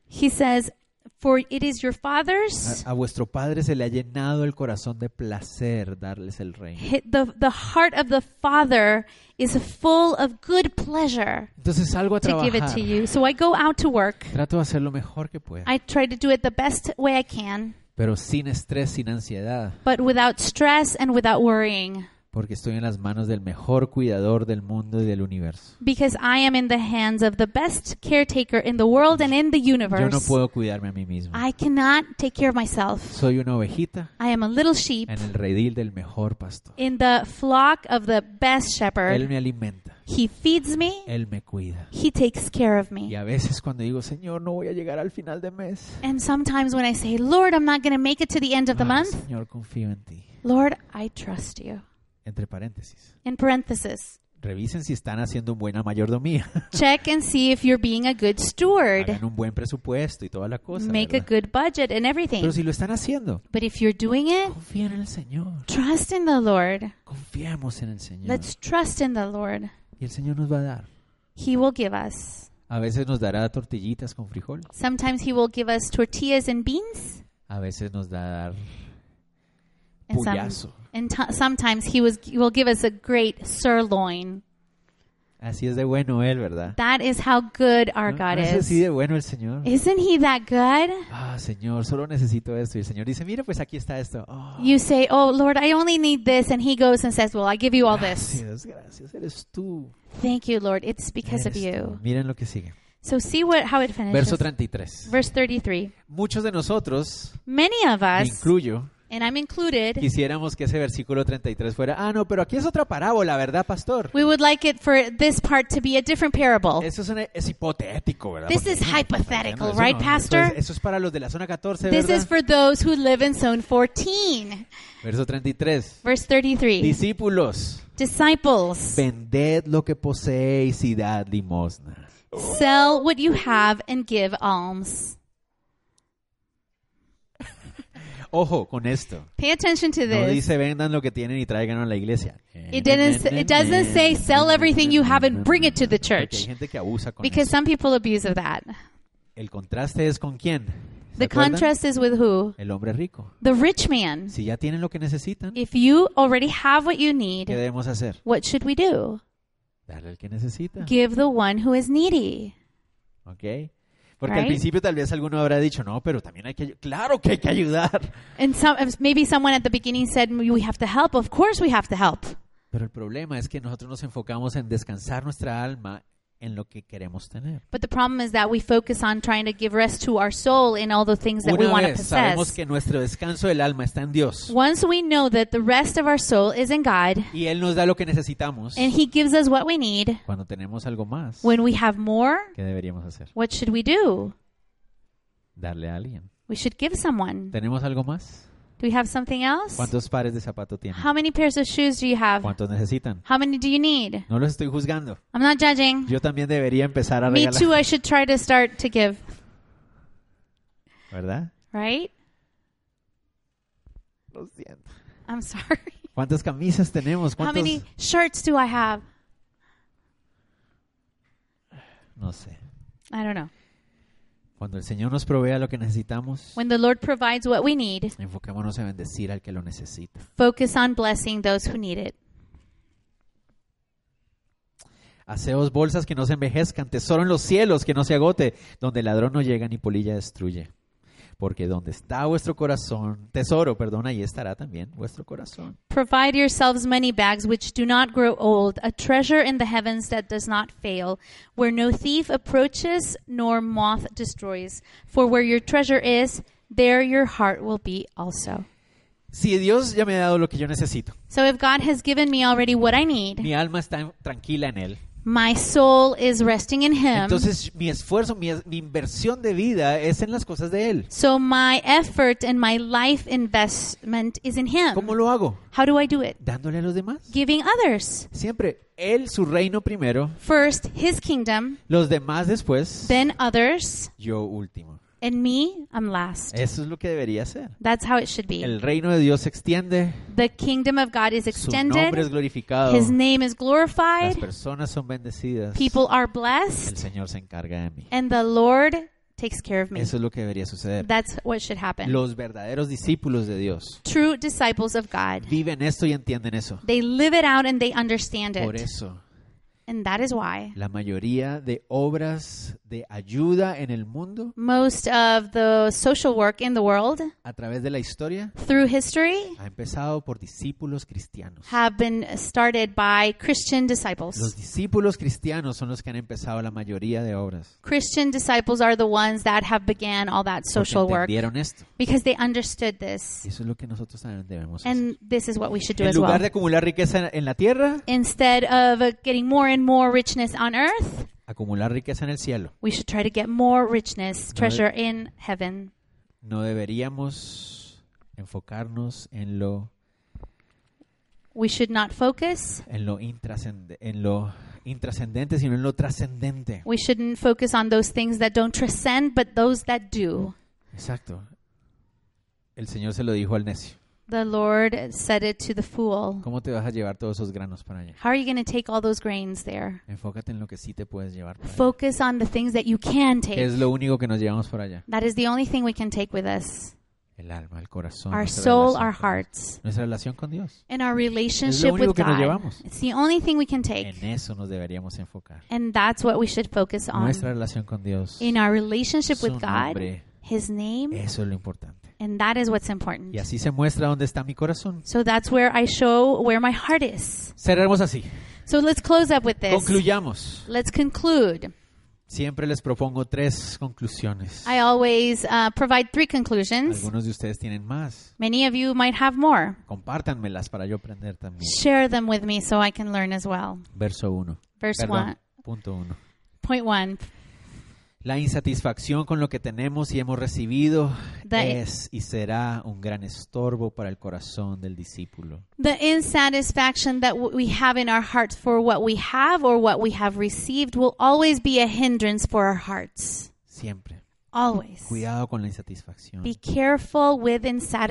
He says, For it is your Father's, a, a vuestro padre se le ha llenado el corazón de placer darles el reino. hi- the, the heart of the Father is full of good pleasure Entonces salgo a to give it to trabajar. you. So I go out to work. Trato de hacer lo mejor que pueda. I try to do it the best way I can, Pero sin estrés, sin ansiedad. but without stress and without worrying, Porque estoy en las manos del mejor cuidador del mundo y del universo. because I am in the hands of the best caretaker in the world and in the Yo no universe. puedo cuidarme a mí mismo. I cannot take care of myself. Soy una ovejita I am a little sheep en el redil del mejor pastor. in the flock of the best Él shepherd. me alimenta, He feeds me, Él me cuida. he takes care of Y me. a veces cuando digo, Señor, no voy a llegar al final de mes. And sometimes when I say, Lord, I'm not going to make it to the end of the "Ah, month, Señor, confío en ti. Lord, I trust you. Entre paréntesis. In parenthesis, Revisen si están haciendo buena mayordomía. check and see if you're being a good steward. Hagan un buen presupuesto y toda la cosa. Make a ¿verdad? good budget and everything. Pero si lo están haciendo, But if you're doing it, confíen en el Señor. trust in the Lord. Confiemos en el Señor. Let's trust in the Lord. Y el Señor nos va a dar. He will give us. A veces nos dará tortillitas con frijol. Sometimes He will give us tortillas and beans, A veces nos da dar and some, puyazo. and t- sometimes He was He will give us a great sirloin. Así es de bueno Él, ¿verdad? That is how good our ¿No? God ¿No es así is. de bueno el Señor. Isn't He that good? Ah, Señor, solo necesito esto. Y el Señor dice, mira, pues aquí está esto. Ah, You say, Oh Lord, I only need this. And He goes and says, Well, I give you all this. gracias, gracias, eres tú. Thank you, Lord. It's because of Eres tú. you. Miren lo que sigue. So see what how it Verso finishes. 33. Verse 33. Muchos de nosotros, Many of me us, incluyo, and I'm included, quisiéramos que ese versículo 33 fuera, ah, no, pero aquí es otra parábola, ¿verdad, pastor? we would like it for this part to be a different parable. Eso es, una- es hipotético, ¿verdad? This Porque is eso no, hypothetical, eso right, eso pastor? es- eso es para los de la zona 14, This ¿verdad? is for those who live in zone 14. Verso 33. Verse 33. Discípulos, Disciples, vended lo que poseéis y dad limosna. sell what you have and give alms. Ojo con esto. Pay attention to No this. dice vendan lo que tienen y traigan a la iglesia. It didn't. It doesn't say sell everything you have and bring it to the Porque hay church, gente que abusa con because eso. some people abuse of that. El contraste es con quién. ¿Se The acuerdan? contrast is with who? El hombre rico. The rich man. Si ya tienen lo que necesitan, If you already have what you ¿qué need, debemos hacer? what should we do? Darle al que necesita. Give the one who is needy. ¿Ok? Porque al Right. principio tal vez alguno habrá dicho, no, pero también hay que... ayu- Claro que hay que ayudar. And some, uh, maybe someone at the beginning said, "We have to help." Of course, we have to help. Pero el problema es que nosotros nos enfocamos en descansar nuestra alma en lo que queremos tener. But the problem is that we focus on trying to give rest to our soul in all the things that we Una want to vez sabemos possess. que nuestro descanso del alma está en Dios Once we know that the rest of our soul is in God y Él nos da lo que necesitamos, and He gives us what we need, cuando tenemos algo más, when we have more, ¿qué deberíamos hacer? what should we do? Darle a alguien. We should give someone. Do ¿Tenemos algo más? we have something else? ¿Cuántos pares de zapato tienen? How many pairs of shoes do you have? ¿Cuántos necesitan? How many do you need? No los estoy juzgando. I'm not judging. Yo también debería empezar a Me regalar, too, I should try to start to give, ¿verdad? right? Lo siento. I'm sorry. ¿Cuántas camisas tenemos? How ¿Cuántos? many shirts do I have? No sé. I don't know. Cuando el Señor nos provea lo que necesitamos, When the Lord provides what we need, enfoquémonos en bendecir al que lo necesita. focus on blessing those who need it. Haceos bolsas que no se envejezcan, tesoro en los cielos que no se agote, donde el ladrón no llega ni polilla destruye. Porque donde está vuestro corazón, tesoro, perdón, ahí estará también vuestro corazón. Provide yourselves money bags which do not grow old, a treasure in the heavens that does not fail, where no thief approaches nor moth destroys. For where your treasure is, there your heart will be also. Si Dios ya me ha dado lo que yo necesito, So if God has given me already what I need, mi alma está en- tranquila en Él. my soul is resting in Him. Entonces mi esfuerzo, mi, mi inversión de vida es en las cosas de Él. So my effort and my life investment is in ¿Cómo Him. lo hago? How do I do it? Dándole a los demás. Giving others. Siempre Él, su reino primero, First, His kingdom, los demás después, then others, yo último. and me, I'm last. Eso es lo que debería ser. That's how it should be. El reino de Dios se extiende, The kingdom of God is su nombre es extended. glorificado. His name is Las glorified. personas son bendecidas. People are El blessed. Señor se encarga de mí. And the Lord takes care of me. Eso es lo que debería suceder. That's what should happen. Los verdaderos discípulos de Dios True disciples of God. viven esto y entienden eso. They live it out and they understand Por it. eso, And that is why la mayoría de obras de ayuda en el mundo most of the social work in the world a través de la historia through history ha empezado por discípulos cristianos. have been started by Christian Los disciples. discípulos cristianos son los que han empezado la mayoría de obras. Christian disciples are the ones that have began all that Porque social work entendieron esto. because they understood this. Y Eso es lo que nosotros también debemos hacer. And this is what we should do En as well. lugar de acumular riqueza en- en la tierra, Instead of uh, getting more and more richness on earth, acumular riqueza en el cielo. we should try to get more richness, treasure in heaven. no deberíamos enfocarnos en lo We should not focus. en lo intrascende- en lo intrascendente, sino en lo trascendente. We shouldn't focus on those things that don't transcend, but those that do. Exacto. El Señor se lo dijo al necio. The Lord said it to the fool. ¿Cómo te vas a llevar todos esos granos para allá? How are you going to take all those grains there? Enfócate en lo que sí te puedes llevar. Para allá. Focus on the things that you can Que take. es lo único que nos llevamos para allá. That is the only thing we can take with us. el alma, el corazón, our nuestra soul, relación our con- hearts, nuestra relación con Dios. and our relationship único with que nos God. llevamos. It's the only thing we can take. En eso nos deberíamos enfocar. And that's what we should focus on. Nuestra relación con Dios. In our relationship Su with God, nombre. His name, Eso es lo importante. and that is what's important. Y así se muestra dónde está mi corazón. So that's where I show where my heart is. Cerremos así. So let's close up with this. Concluyamos. Let's conclude. Siempre les propongo tres conclusiones. I always uh, provide three conclusions. Algunos de ustedes tienen más. Many of you might have more. Compártanmelas para yo aprender también. Share them with me so I can learn as well. Verso 1. Verse one. Punto 1. Point one. La insatisfacción con lo que tenemos y hemos recibido Da- es y será un gran estorbo para el corazón del discípulo. The insatisfaction that w- we have in our hearts for what we have or what we have received will always be a hindrance for our hearts. Siempre. Always. Cuidado con la insatisfacción. Be careful with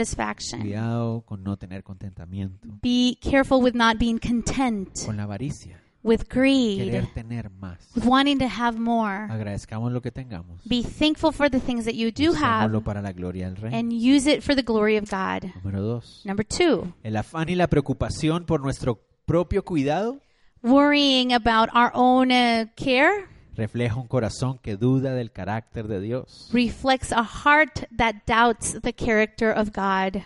insatisfaction. Cuidado con no tener contentamiento. Be careful with not being content, Con la avaricia. with greed, Querer tener más. with wanting to have more. Agradezcamos lo que tengamos. Be thankful for the things that you do Usémoslo have para la gloria del Rey. and use it for the glory of God. Número 2. Number two, El afán y la preocupación por nuestro propio cuidado worrying about our own uh, care refleja un corazón que duda del carácter de Dios. reflects a heart that doubts the character of God.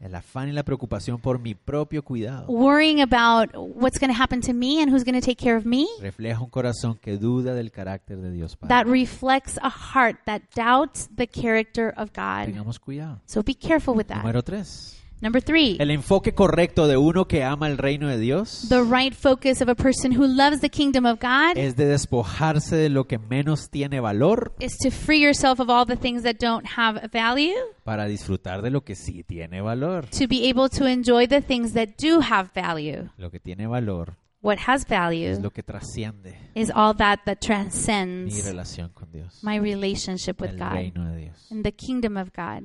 El afán y la preocupación por mi propio cuidado worrying about what's going to happen to me and who's going to take care of me, refleja un corazón que duda del carácter de Dios. that Padre. reflects a heart that doubts the character of God. Tengamos cuidado. So be careful with that. Número 3. Number three, El enfoque correcto de uno que ama el reino de Dios the right focus of a person who loves the kingdom of God es de despojarse de lo que menos tiene valor is to free yourself of all the things that don't have value para disfrutar de lo que sí tiene valor. to be able to enjoy the things that do have value. Lo que tiene valor What has es value lo que trasciende is all that that mi transcends relación con Dios, my relationship with el God reino de Dios. and the kingdom of God.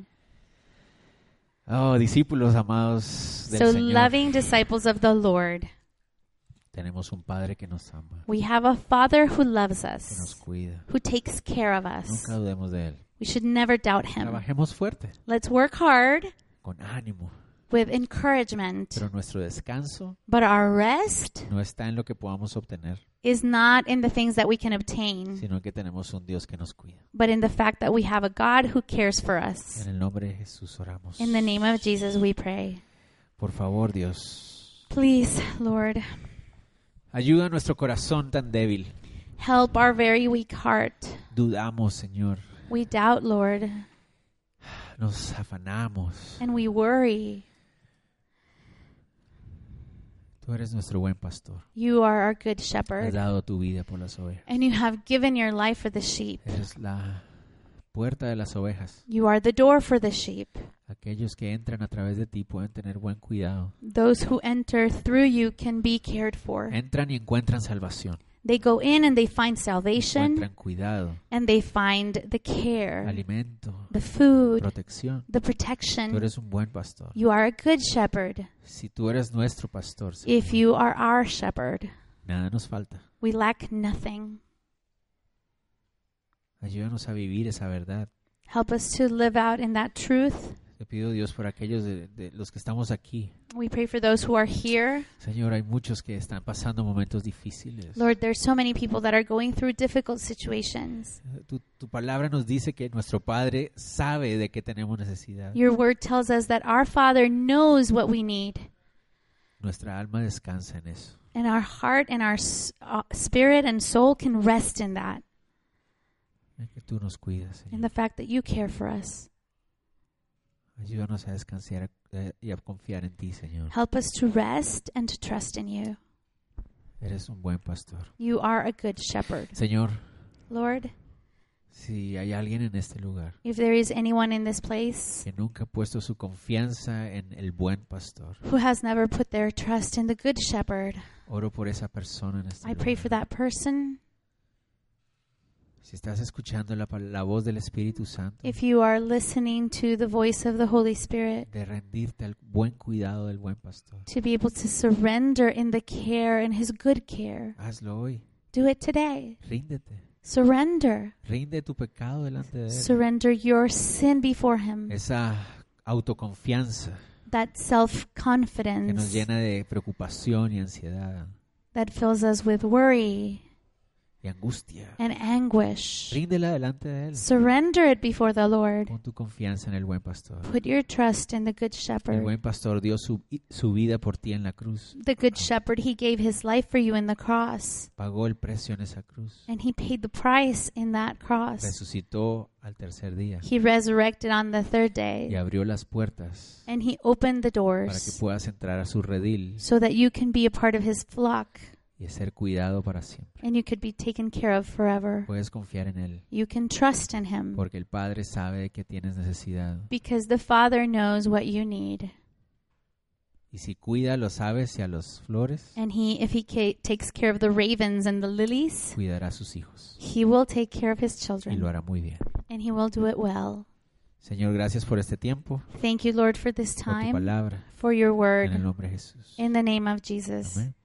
Oh, discípulos amados del So, Señor, loving disciples of the Lord. tenemos un Padre que nos ama, We have a Father who loves que nos us, cuida. who takes care of us. Nunca dudemos de Él. We should never doubt Him. Trabajemos fuerte, Let's work hard con ánimo, with encouragement, pero nuestro descanso but our rest no está en lo que podamos obtener, is not in the things that we can obtain, sino que tenemos un Dios que nos cuida. but in the fact that we have a God who cares for us. En el nombre de Jesús oramos. In the name of Jesus, we pray. Por favor, Dios, Please, Lord, ayuda a nuestro corazón tan débil. help our very weak heart. Dudamos, Señor, We doubt, Lord, nos afanamos. and we worry. Tú eres nuestro buen pastor. You are our good Has shepherd, dado tu vida por las ovejas. and you have given your life for the sheep. Eres la puerta de las ovejas. You are the door for the sheep. Aquellos que entran a través de ti pueden tener buen cuidado. Those who enter through you can be cared for. Entran y encuentran salvación. They go in and they find salvation Encuentran cuidado, and they find the care, alimento, the food, protección. the Tú protection. eres un buen pastor. You are a good shepherd Si tú eres nuestro pastor, Señor, if you are our shepherd. nada nos falta. We lack nothing. Ayúdanos a vivir esa verdad. Help us to live out in that truth. Te pido Dios por aquellos de, de los que estamos aquí. We pray for those who are here. Señor, hay muchos que están pasando momentos difíciles. Lord, there's so many people that are going through difficult situations. Tu, tu palabra nos dice que nuestro Padre sabe de qué tenemos necesidad. Your word tells us that our Father knows what we need. Nuestra alma descansa en eso. And our heart and our s- uh, spirit and soul can rest in that, En que tú nos cuidas, in Señor. the fact that you care for us. Ayúdanos a descansar eh, y a confiar en ti, Señor. Help us to rest and to trust in you. Eres un buen pastor. You are a good shepherd. Señor, Lord, si hay alguien en este lugar if there is anyone in this place que nunca ha puesto su confianza en el buen pastor, who has never put their trust in the good shepherd, oro por esa persona en este I lugar. pray for that person. Si estás escuchando la, pal- la voz del Espíritu Santo, If you are listening to the voice of the Holy Spirit, de rendirte al buen cuidado del buen pastor, to be able to surrender in the care and his good care, hazlo hoy. do it today. Ríndete. Surrender. Rinde tu pecado delante de él. Surrender your sin before him. Esa autoconfianza that self que nos confidence llena de preocupación y ansiedad that fills us with worry y angustia. and anguish. Ríndela delante de Él Surrender it before the Lord. con tu confianza en el buen pastor. Put your trust in the Good El Shepherd. buen pastor dio su, su vida por ti en la cruz. The Good Shepherd, He gave His life for you in the cross, Pagó el precio en esa cruz. and He paid the price in that cross. Resucitó al tercer día He resurrected on the third y day, abrió las puertas and He opened the para que doors puedas entrar a su redil so that you can be a part of His flock y ser cuidado para siempre. and you could be taken care of forever. Puedes confiar en Él You can trust in Him porque el Padre sabe de que tienes necesidad. because the Father knows what you need. Y si cuida a los aves y a las flores, And he, if he ca- takes care of the ravens and the lilies, cuidará a sus hijos he will take care of his y lo children, hará muy bien. and he will do it well. Señor, gracias por este tiempo, Thank you, Lord, for this por tu time, palabra, for your en el word, nombre de Jesús. in the name of Jesus. Amén.